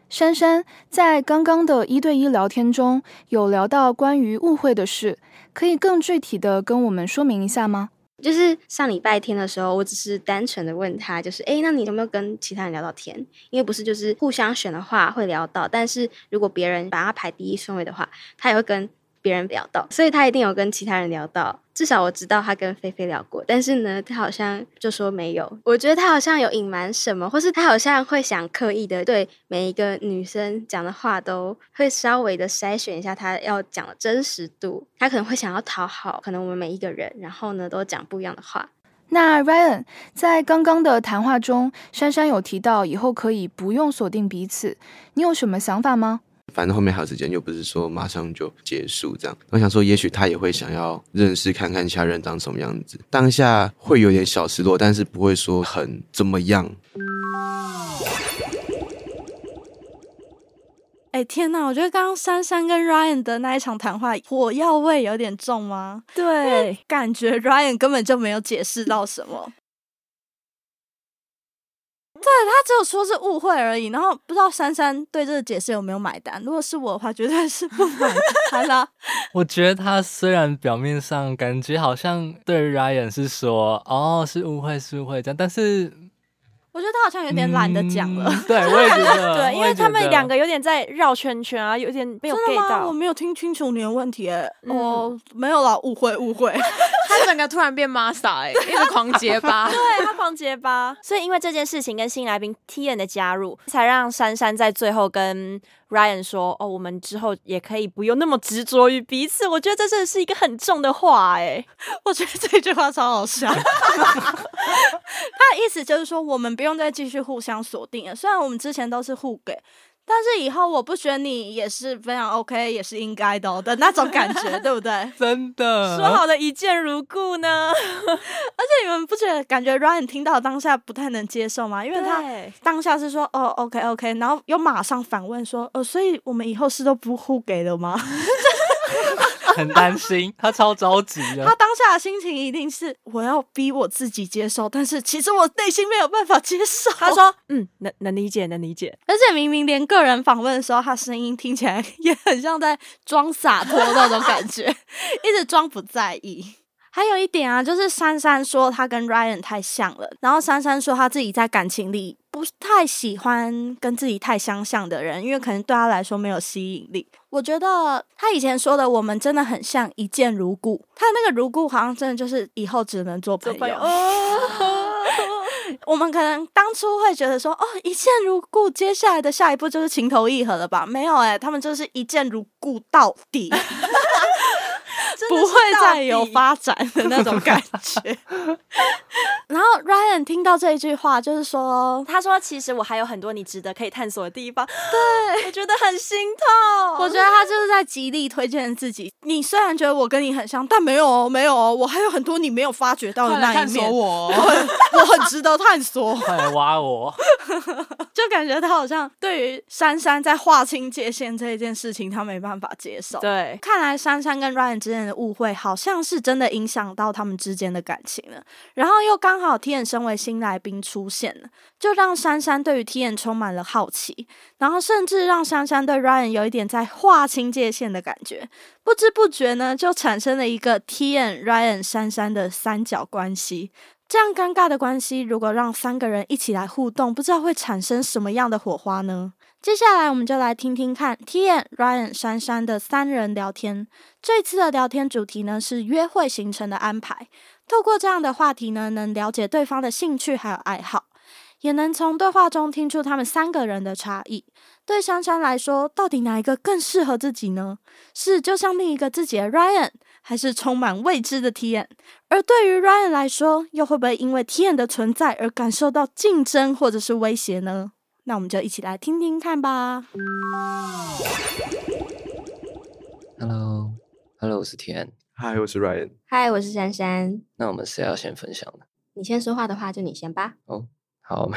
珊珊在刚刚的一对一聊天中有聊到关于误会的事，可以更具体的跟我们说明一下吗？
就是
上
礼拜天的时候，我只是单纯的问他，就是哎，诶那你有没有跟其他人聊到天？因为不是就是互相选的话会聊到，但是如果别人把他排第一顺位的话，他也会跟别人聊到，所以他一定有跟其他人聊到。至少我知道他跟菲菲聊过，但是呢，他好像就说没有。我觉得他好像有隐瞒什么，或是他好像会想刻意的对每一个女生讲的话都会稍微的筛选一下他要讲的真实度。他可能会想要讨好，可能我们每一个人，然后呢都讲不一样的话。
那 Ryan 在刚刚的谈话中，珊珊有提到以后可以不用锁定彼此，你有什么想法吗？
反正后面还有时间，又不是说马上就结束这样。我想说，也许他也会想要认识看看其他人长什么样子，当下会有点小失落，但是不会说很怎么样。
哎、天呐，我觉得刚刚珊珊跟 Ryan 的那一场谈话，火药味有点重吗？
对，
感觉 Ryan 根本就没有解释到什么。对他只有说是误会而已，然后不知道珊珊对这个解释有没有买单。如果是我的话，绝对是不买单 啦。
我觉得他虽然表面上感觉好像对 Ryan 是说哦是误会是误会这样，但是
我觉得他好像有点懒得讲了。
嗯对我也觉得，
对，因为他们两
个
个有点在绕圈圈啊，有点没有
真
get
的吗？
到嗯
我。没有听清楚你的问题、欸，哦，没有啦，误会误会。
他整个突然变 Masa 哎、一直狂结巴。
对他狂结巴。所以因为这件事情跟新来宾 T N 的加入，才让珊珊在最后跟 Ryan 说：“哦，我们之后也可以不用那么执着于彼此。”我觉得这真的是一个很重的话、 哎，
我 觉得这句话超好 笑。他的意思就是说，我们不用再继续互相锁定了。虽然我们之前都是互给，但是以后我不选你也是非常 OK，也是应该的、哦、的那种感 觉，对不对？
真的
说好的一见如故 呢？
而且你们不觉得感觉 Ryan 听到当下不太能接受吗？因为他
对
当下是说哦 OK OK，然后又马上反问说哦，所以我们以后是都不互给了吗？
很担心，他超着急的
他。当下的心情一定是我要逼我自己接受，但是其实我内心没有办法接受。他说，
嗯，能能理解，能理解。
而且明明连个人访问的时候，他声音听起来 也很像在装洒脱那种感觉， 一直装不在意。还有一点啊，就是珊珊说她跟 Ryan 太像了，然后珊珊说她自己在感情里不太喜欢跟自己太相像的人，因为可能对她来说没有吸引力。我觉得她以前说的“我们真的很像，一见如故”，她的那个“如故”好像真的就是以后只能做朋友。 我们可能当初会觉得说，哦，一见如故，接下来的下一步就是情投意合了吧？没有哎、他们就是一见如故到底，
的
不
是
会再有发展的那种感觉。然后 Ryan 听到这一句话，就是说，
他说：“其实我还有很多你值得可以探索的地方。”对， 我觉得很心痛。
我觉得他就是在极力推荐自己。你虽然觉得我跟你很像，但没有哦，没有哦，我还有很多你没有发掘到的
快来
那
探
一
索
面。
我
我很 值得探 索。
快来挖我！
就感觉他好像对于珊珊在划清界限这一件事情，他没办法接受。
对
看来珊珊跟 Ryan 之间的误会，好像是真的影响到他们之间的感情了。然后又刚好 Tian 身为新来宾出现了，就让珊珊对于 Tian 充满了好奇，然后甚至让珊珊对 Ryan 有一点在划清界限的感觉。不知不觉呢，就产生了一个 Tian、Ryan、珊珊的三角关系。这样尴尬的关系，如果让三个人一起来互动，不知道会产生什么样的火花呢？接下来我们就来听听看 Tian、Ryan、珊珊的三人聊天。这次的聊天主题呢是约会行程的安排。透过这样的话题呢，能了解对方的兴趣还有爱好，也能从对话中听出他们三个人的差异。对珊珊来说，到底哪一个更适合自己呢？是就像另一个自己的 Ryan，还是充满未知的体验？而对于 Ryan 来说，又会不会因为体验的存在而感受到竞争或者是威胁呢？那我们就一起来听听看吧。
Hello，Hello，我是天。
嗨，我是 Ryan。
嗨，我是珊珊。
那我们谁要先分享呢？
你先说话的话，就你先 吧。
哦，好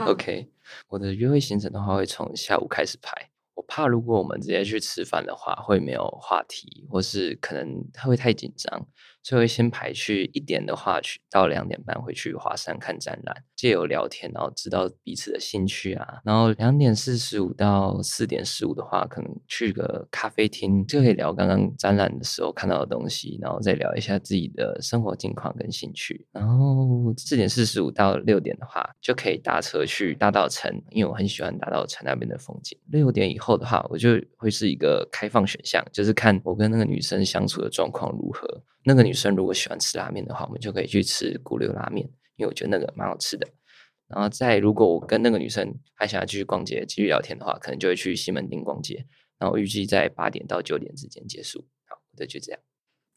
，OK。我的约会行程的话，会从下午开始排。我怕如果我们直接去吃饭的话，会没有话题，或是可能他会太紧张，所以会先排去一点的话，去到两点半会去华山看展览，借由聊天，然后知道彼此的兴趣啊。然后两点四十五到四点十五的话，可能去个咖啡厅，就可以聊刚刚展览的时候看到的东西，然后再聊一下自己的生活近况跟兴趣。然后四点四十五到六点的话，就可以搭车去大道城，因为我很喜欢大道城那边的风景。六点以后。后的话，我就会是一个开放选项，就是看我跟那个女生相处的状况如何。那个女生如果喜欢吃拉面的话，我们就可以去吃古流拉面，因为我觉得那个蛮好吃的。然后再如果我跟那个女生还想要继续逛街、继续聊天的话，可能就会去西门町逛街。然后预计在八点到九点之间结束。好，对，就这样。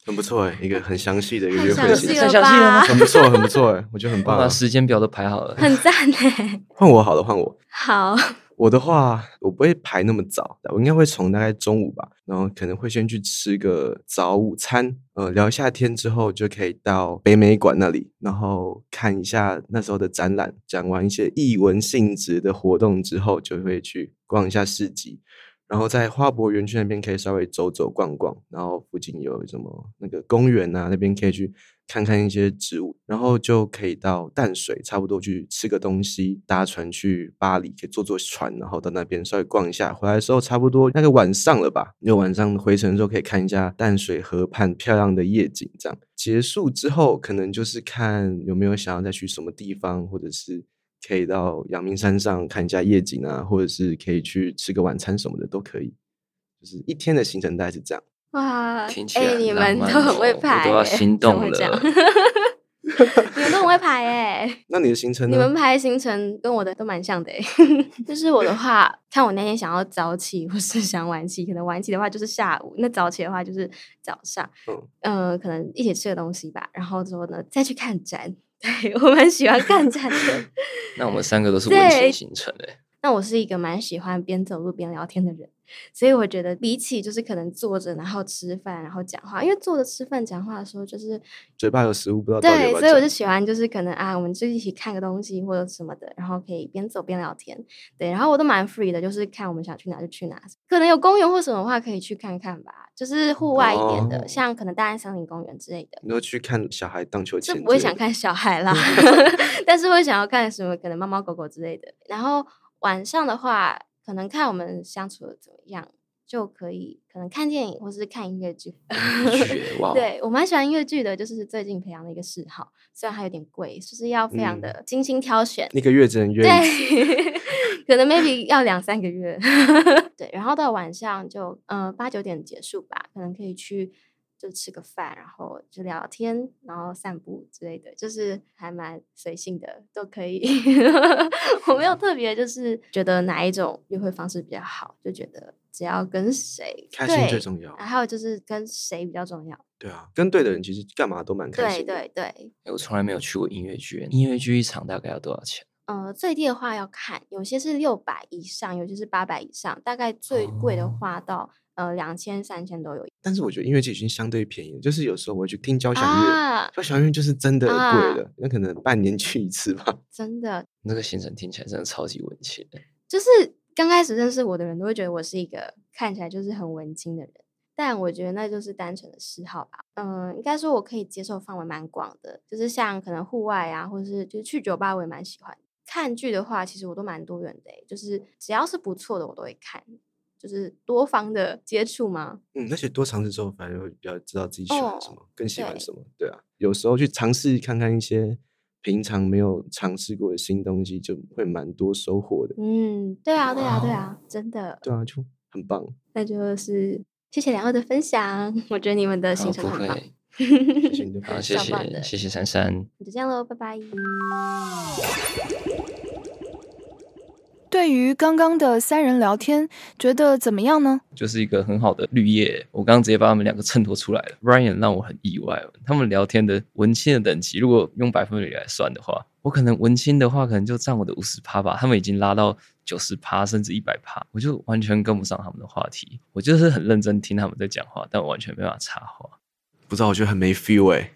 很不错哎，一个很详细的一个
太
约
详
会
细
行
了
程，
吧
很不错，很不错哎，我觉得很棒
我
啊
把。时间表都排好了。
很赞哎。
换我好了，换我。
好，
我的话，我不会排那么早，我应该会从大概中午吧，然后可能会先去吃个早午餐，呃，聊一下天之后就可以到北美馆那里，然后看一下那时候的展览，讲完一些艺文性质的活动之后，就会去逛一下市集，然后在花博园区那边可以稍微走走逛逛，然后附近有什么那个公园啊，那边可以去看看一些植物，然后就可以到淡水，差不多去吃个东西，搭船去巴黎，可以坐坐船，然后到那边稍微逛一下。回来的时候差不多那个晚上了吧，因为晚上回程的时候可以看一下淡水河畔漂亮的夜景，这样结束之后，可能就是看有没有想要再去什么地方，或者是可以到阳明山上看一下夜景啊，或者是可以去吃个晚餐什么的都可以。就是一天的行程大概是这样。
哇，
听起来
哎，
很
你
浪
们
漫
都很
哦
会
我
排
都要
哎，
心
怎么
动
会这样
了
你们都很会排哎。
那你的行程
你
呢？
们排行程跟我的都蛮像的、欸， 就是我的话，看我那天想要早起或是想晚起，可能晚起的话就是下午，那早起的话就是早上，嗯、可能一起吃个东西吧，然后之后呢再去看展， 对我蛮喜欢看展的。
那我们三个都是温
对
馨行程哎、
那我是一个蛮喜欢边走路边聊天的人，所以我觉得比起就是可能坐着然后吃饭然后讲话，因为坐着吃饭讲话的时候就是
嘴巴有食物，不知道到底
对
有，没
所以我
有
就
讲。
喜欢就是可能啊，我们就一起看个东西或者什么的，然后可以边走边聊天。对，然后我都蛮 free 的，就是看我们想去哪就去哪，可能有公园或什么的话可以去看看吧，就是户外一点的，
哦
像可能大安森林公园之类的。
你都去看小孩荡秋
是
千之类的，
不会想看小孩 啦，但是会想要看什么可能猫猫狗狗之类的。然后晚上的话，可能看我们相处的怎么样，就可以可能看电影或是看音乐剧。 哦
哇
对我蛮喜欢音乐剧的，就是最近培养的一个嗜好，虽然它有点贵，就是要非常
嗯
的精心挑选。
一个月只能约一次。
对， 可能 maybe 要两三个月。 对，然后到晚上就呃八九点结束吧，可能可以去就吃个饭，然后就聊聊天，然后散步之类的，就是还蛮 随性的，都可以。我没有特别就是觉得哪一种约会方式比较好，就觉得只要跟谁
开心最
对
重要
还有就是跟谁比较重要。
对啊，跟对的人其实干嘛都蛮开
对
心的。
对对，
欸我从来没有去过音乐剧，音乐剧一场大概要多少钱？
呃，最低的话要看，有些是六百以上，有些是八百以上，大概最贵的话到、呃两千、三千都有。
哦但是我觉得音乐剧已经相对便宜了，就是有时候我会去听交响乐，
啊，
交响乐就是真的贵
啊
了，那可能半年去一次吧。
真的，
那个行程听起来真的超级文青的。
就是刚开始认识我的人都会觉得我是一个看起来就是很文青的人，但我觉得那就是单纯的嗜好吧。嗯、应该说我可以接受范围蛮广的，就是像可能户外啊，或者是就是去酒吧，我也蛮喜欢。看剧的话，其实我都蛮多元的欸、就是只要是不错的我都会看，就是多方的接触嘛。
嗯，而且多尝试之后，反而会比较知道自己喜欢什
哦
么，更喜欢
对
什么。对啊，有时候去尝试看看一些平常没有尝试过的新东西，就会蛮多收获的。
嗯，对啊，对
哦
啊，对啊，真的。
对啊，就很棒。
那就是谢谢两位的分享， 我觉得你们的呃行
好
程
啊哦不
很棒。
会好，谢
超棒
谢
的
谢谢珊珊。
就这样喽，拜拜。
对于刚刚的三人聊天，觉得怎么样呢？
就是一个很好的绿叶。我刚刚直接把他们两个衬托出来了。Ryan 让我很意外，他们聊天的文青的等级，如果用百分比来算的话，我可能文青的话可能就占我的五十趴吧，他们已经拉到九十趴甚至一百趴，我就完全跟不上他们的话题。我就是很认真听他们在讲话，但我完全没办法插话。
不知道，我觉得很没 feel 哎、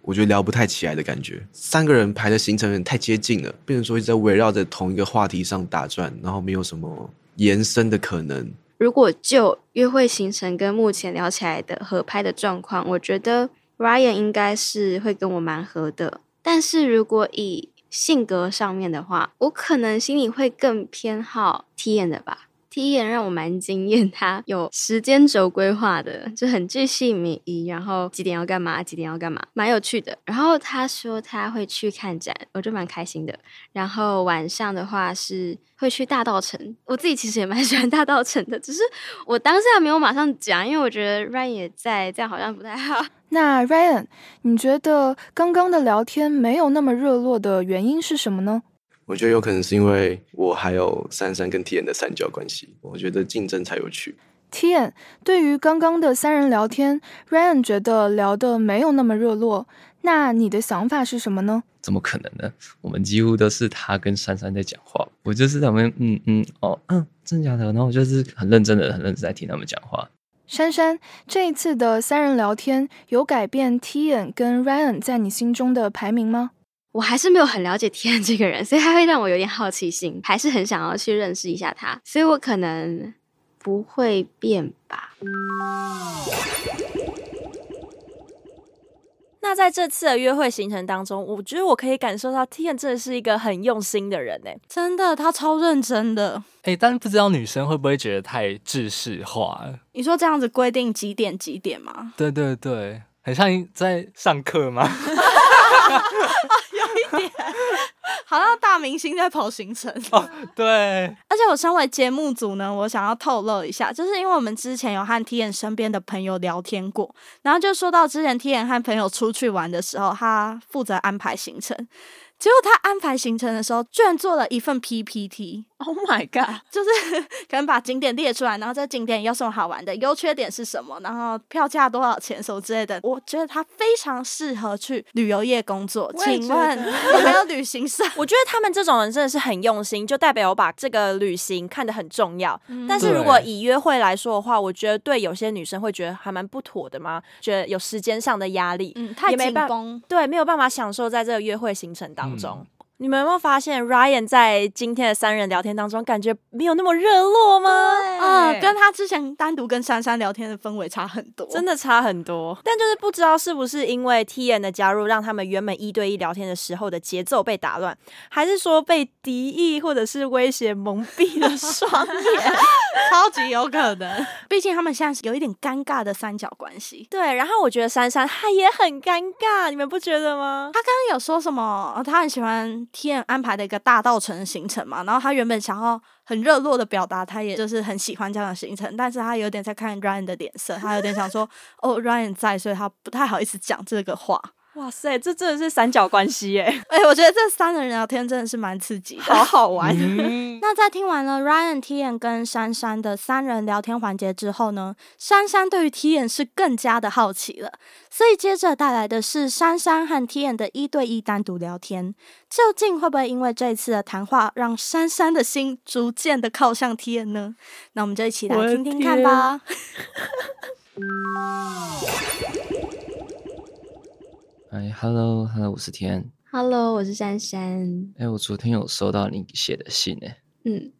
我觉得聊不太起来的感觉。三个人排的行程有点太接近了，变成说一直在围绕着同一个话题上打转，然后没有什么延伸的可能。
如果就约会行程跟目前聊起来的合拍的状况，我觉得 Ryan 应该是会跟我蛮合的。但是如果以性格上面的话，我可能心里会更偏好 T 眼的吧。T 眼让我蛮惊艳，他有时间轴规划的，就很具细靡遗，然后几点要干嘛，几点要干嘛，蛮有趣的。然后他说他会去看展，我就蛮开心的。然后晚上的话是会去大道城，我自己其实也蛮 喜欢大道城的，只是我当下没有马上讲，因为我觉得 Ryan 也在，这样好像不太好。
那 Ryan，你觉得刚刚的聊天没有那么热络的原因是什么呢？
我觉得有可能是因为我还有珊珊跟 T N 的三角关系，我觉得竞争才有趣。
Tian，对于刚刚的三人聊天，Ryan 觉得聊得没有那么热络，那你的想法是什么呢？
怎么可能呢？我们几乎都是他跟珊珊在讲话，我就是在旁边，嗯嗯，哦，嗯，真假的，然后我就是很认真的、很认真地在听他们讲话。
珊珊，这一次的三人聊天有改变 Tian 跟 Ryan 在你心中的排名吗？
我还是没有很了解 天这个人，所以他会让我有点好奇心，还是很想要去认识一下他，所以我可能不会变吧。
那在这次的约会行程当中，我觉得我可以感受到 Tian 真的是一个很用心的人呢。欸
真的，他超认真的。
哎、但不知道女生会不会觉得太制式化了？
你说这样子规定几点几点吗？
对对对，很像在上课吗？
有一点， 好像大明星在跑行程。
对，
而且我身为节目组呢，我想要透露一下，就是因为我们之前有和 T N 身边的朋友聊天过，然后就说到之前 T N 和朋友出去玩的时候，他负责安排行程。结果他安排行程的时候，居然做了一份 PPT。Oh my god！就是 可能把景点列出来，然后在景点有什么好玩的，优缺点是什么，然后票价多少钱，什么之类的。我觉得他非常适合去旅游业工作。
我也
请
觉
问
得
有没有旅行社？
我觉得他们这种人真的是很用心，就代表我把这个旅行看得很重要。
嗯
但是如果以约会来说的话，我觉得对有些女生会觉得还蛮不妥的嘛，觉得有时间上的压力，
嗯太
也没
紧
办
绷，
对，没有办法享受在这个约会行程当中。你们有没有发现 Ryan 在今天的三人聊天当中，感觉没有那么热络吗？
嗯，跟他之前单独跟珊珊聊天的氛围差很多，
真的差很多。但就是不知道是不是因为 T N 的加入，让他们原本一对一聊天的时候的节奏被打乱，还是说被敌意或者是威胁蒙蔽了双眼？
超级有可能。 毕竟他们现在是有一点尴尬的三角关系。
对，然后我觉得珊珊她也很尴尬，你们不觉得吗？
他刚刚有说什么？呃他很喜欢 T N 安排的一个大道城行程嘛，然后他原本想要很热络的表达，他也就是很喜欢这样的行程，但是他有点在看 Ryan 的脸色，他有点想说， 哦，Ryan 在，所以他不太好意思讲这个话。
哇塞，这真的是三角关系耶！
哎、我觉得这三个人聊天真的是蛮刺激的，好
好玩。嗯
那在听完了 Ryan、T N 跟珊珊的三人聊天环节之后呢，珊珊对于 T N 是更加的好奇了，所以接着带来的是珊珊和 T N 的一对一单独聊天，究竟会不会因为这一次的谈话让珊珊的心逐渐的靠向 T N 呢？那我们就一起来
我的
听听 看吧。
哎，hello hello，我是天。
Hello，我是珊珊，
哎，我昨天有收到你写的信哎、
嗯，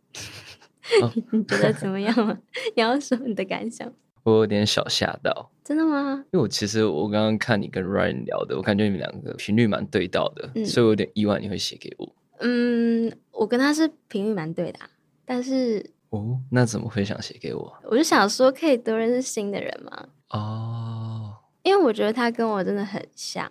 哦
你觉得怎么样 啊？你要说你的感想？
我有点小吓到，
真的吗？
因为我其实我刚刚看你跟 Ryan 聊的，我感觉你们两个频率蛮对到的，
嗯
所以我有点意外你会写给我。
嗯，我跟他是频率蛮对的啊、但是
哦，那怎么会想写给我？
我就想说，可以多认识新的人嘛。
哦
因为我觉得他跟我真的很像，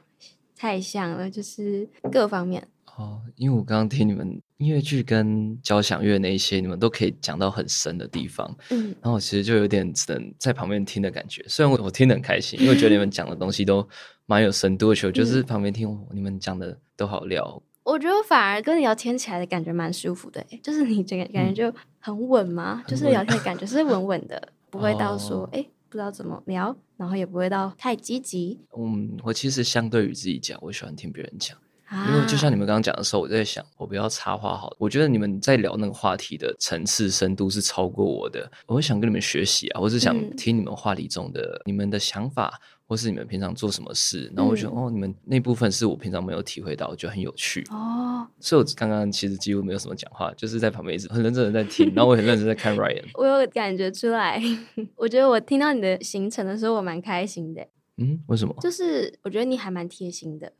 太像了，就是各方面。
哦，因为我刚刚听你们音乐剧跟交响乐那一些，你们都可以讲到很深的地方，
嗯
然后我其实就有点只能在旁边听的感觉。虽然我我听得很开心，因为我觉得你们讲的东西都蛮有深度的，而且我就是
嗯
旁边听，哦你们讲的都好聊，
我觉得反而跟你聊天起来的感觉蛮舒服的、欸，就是你整个感觉就嗯很稳嘛，就是聊天的感觉是稳稳的，不会到 说哎、欸不知道怎么聊，然后也不会到太积极
嗯，我其实相对于自己讲，我喜欢听别人讲。
啊。
因为就像你们刚刚讲的时候，我在想，我不要插话好了。我觉得你们在聊那个话题的层次深度是超过我的，我想跟你们学习啊，我是想
嗯
听你们话题中的、你们的想法，或是你们平常做什么事。然后我觉得、
嗯
哦，你们那部分是我平常没有体会到，我觉得很有趣。
哦，
所以我刚刚其实几乎没有什么讲话，就是在旁边一直很认真的在听，然后我很认真地在看 Ryan。
我有感觉出来， 我觉得我听到你的行程的时候，我蛮开心的、
嗯，为什么？
就是我觉得你还蛮贴心 的，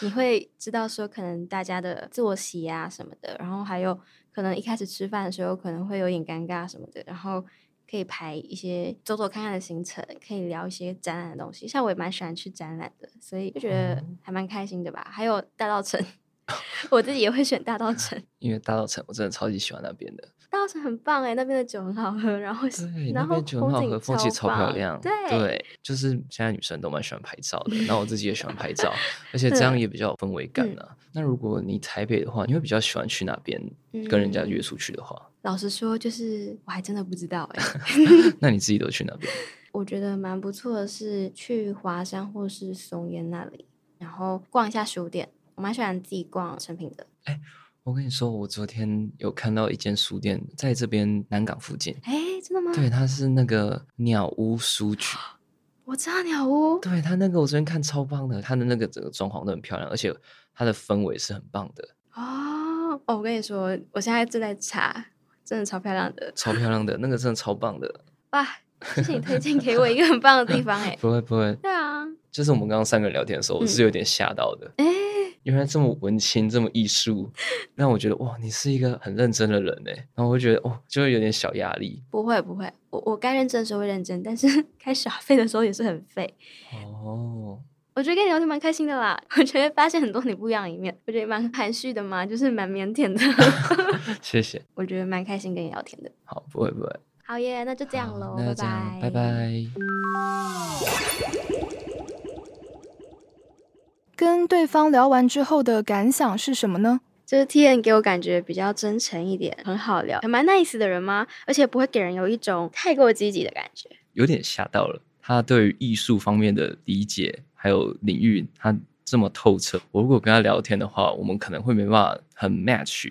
你会知道说可能大家的作息啊什么的，然后还有可能一开始吃饭的时候可能会有点尴尬什么的，然后可以排一些走走看看的行程，可以聊一些展览的东西。像我也蛮喜欢去展览的，所以就觉
哦
得还蛮开心的吧。还有大道城， 我自己也会选大道城，
因为大稻城我真的超级喜欢那边的，
大道城很棒哎、那边的酒很好喝，然后
对
然
那
后
边酒很好喝，风景超漂
棒
亮。
对
就是现在女生都蛮喜欢拍照的，那我自己也喜 欢拍照，而且这样也比较有氛围感
嗯
啊。那如果你台北的话，你会比较喜欢去哪边
嗯
跟人家约出去的话，
老实说，就是我还真的不知道哎、
那你自己都去哪边？
我觉得蛮不错的是去华山或是松烟那里，然后逛一下书店。我蛮喜欢自己逛成品的。
我跟你说，我昨天有看到一间书店在这边南港附近，
哎，真的吗？
对，它是那个鸟屋书局。
我知道鸟屋。
对它那个我昨天看超棒的，它的那个整个装潢都很漂亮，而且它的氛围是很棒的，
哦哦，我跟你说，我现在正在查，真的超漂亮的。
超漂亮的，那个真的超棒的。
哇，谢谢你推荐给我一个很棒的地方哎嗯
。不会不会，
对啊，
就是我们刚刚三个人聊天的时候，我是有点吓到的。
哎、
原来这么文青，这么艺术，让我觉得哇，你是一个很认真的人哎。然后我就觉得哦，就会有点小压力
不会不会，我我该认真的时候会认真，但是 该耍废的时候也是很废。
哦。
我觉得跟你聊天蛮开心的啦，我觉得发现很多你不一样的一面，我觉得你蛮含蓄的嘛，就是蛮腼腆的，
谢谢，
我觉得蛮开心跟你聊天的。
好，不会不会，
好耶，那就这样喽，
那
拜
就这样
拜，，
拜拜。
跟对方聊完之后的感想是什么呢？
就是 T N 给我感觉比较真诚一点，很好聊，还蛮 nice 的人吗？而且不会给人有一种太过积极的感觉。
有点吓到了。他对于艺术方面的理解还有领域，他这么透彻，我如果跟他聊天的话，我们可能会没办法很 match。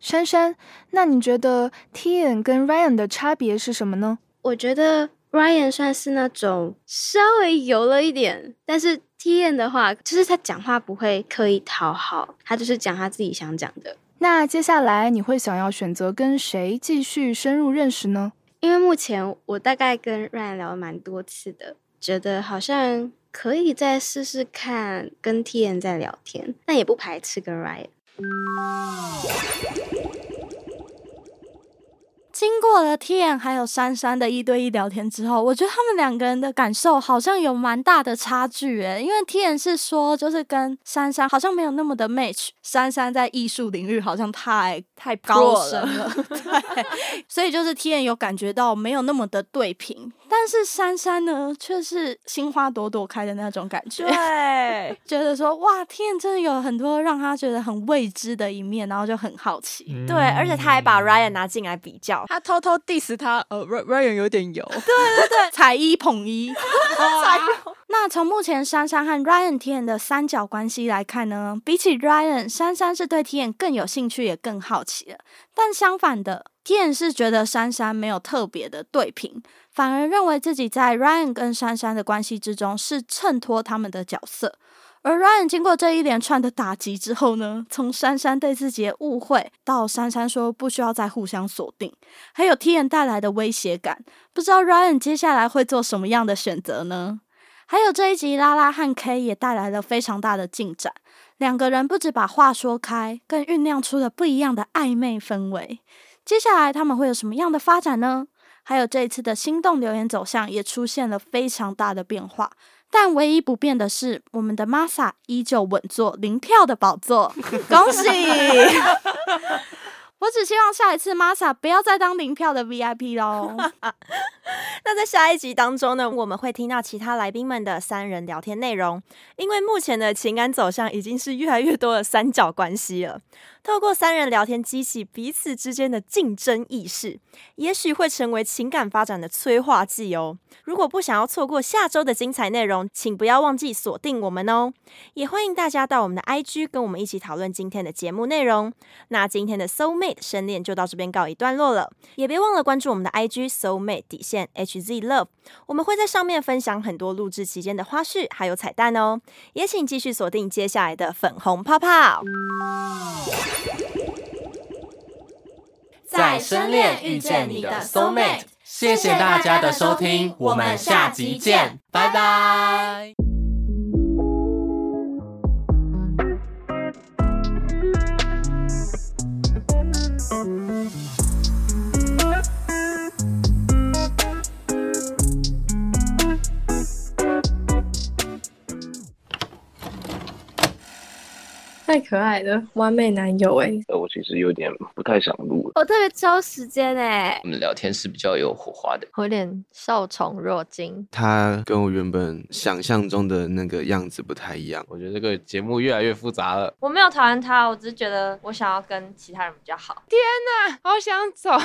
珊珊，那你觉得 Tian 跟 Ryan 的差别是什么呢？
我觉得 Ryan 算是那种稍微油了一点，但是 T N 的话，就是他讲话不会刻意讨好，他就是讲他自己想讲的。
那接下来你会想要选择跟谁继续深入认识呢？
因为目前我大概跟 Ryan 聊了蛮多次的，觉得好像可以再试试看跟 T N 在聊天，但也不排斥跟 Ryan。
经过了 T N 还有珊珊的一对一聊天之后，我觉得他们两个人的感受好像有蛮大的差距诶，因为 T N 是说就是跟珊珊好像没有那么的 match，珊珊在艺术领域好像太太高
pro
深
了
了， 对，所以就是 T N 有感觉到没有那么的对平，但是珊珊呢却是心花朵朵开的那种感觉，
对，
觉得说哇，T N 真的有很多让他觉得很未知的一面，然后就很好奇，
对，而且他还把 Ryan 拿进来比较，
他偷偷 diss 他，呃，Ry-，Ryan 有点油。
对 对对，踩一捧 一。哇那从目前珊珊和 Ryan t n 的三角关系来看呢，比起 Ryan，珊珊是对 t n 更有兴趣也更好奇了。但相反的 t n 是觉得珊珊没有特别的对平，反而认为自己在 Ryan 跟珊珊的关系之中是衬托他们的角色。而 Ryan 经过这一连串的打击之后呢，从珊珊对自己的误会，到珊珊说不需要再互相锁定，还有 T N 带来的威胁感，不知道 Ryan 接下来会做什么样的选择呢？还有这一集，拉拉和 K 也带来了非常大的进展，两个人不止把话说开，更酝酿出了不一样的暧昧氛围。接下来他们会有什么样的发展呢？还有这一次的心动留言走向也出现了非常大的变化，但唯一不变的是，我们的 Masa 依旧稳坐零票的宝座，恭喜！我只希望下一次 Masa 不要再当零票的 VIP 喽。
那在下一集当中呢，我们会听到其他来宾们的三人聊天内容。因为目前的情感走向已经是越来越多的三角关系了，透过三人聊天激起彼此之间的竞争意识，也许会成为情感发展的催化剂哦。如果不想要错过下周的精彩内容，请不要忘记锁定我们哦。也欢迎大家到我们的 IG 跟我们一起讨论今天的节目内容。那今天的 Soul Mate 深恋就到这边告一段落了，也别忘了关注我们的 IG Soul Mate 底线 HZ Love，我们会在上面分享很多录制期间的花絮还有彩蛋哦。也请继续锁定接下来的粉红泡泡，
在深恋遇见你的 soul mate。谢谢大家的收听，我们下集见，拜拜。
太可爱了，完美男友哎、
呃，我其实有点不太想录了。
我特别抽时间哎、
我们聊天是比较有火花的，
我有点受宠若惊。
他跟我原本想象中的那个样子不太一样。
我觉得这个节目越来越复杂了。
我没有讨厌他，我只是觉得我想要跟其他人比较好。
天哪，好想走。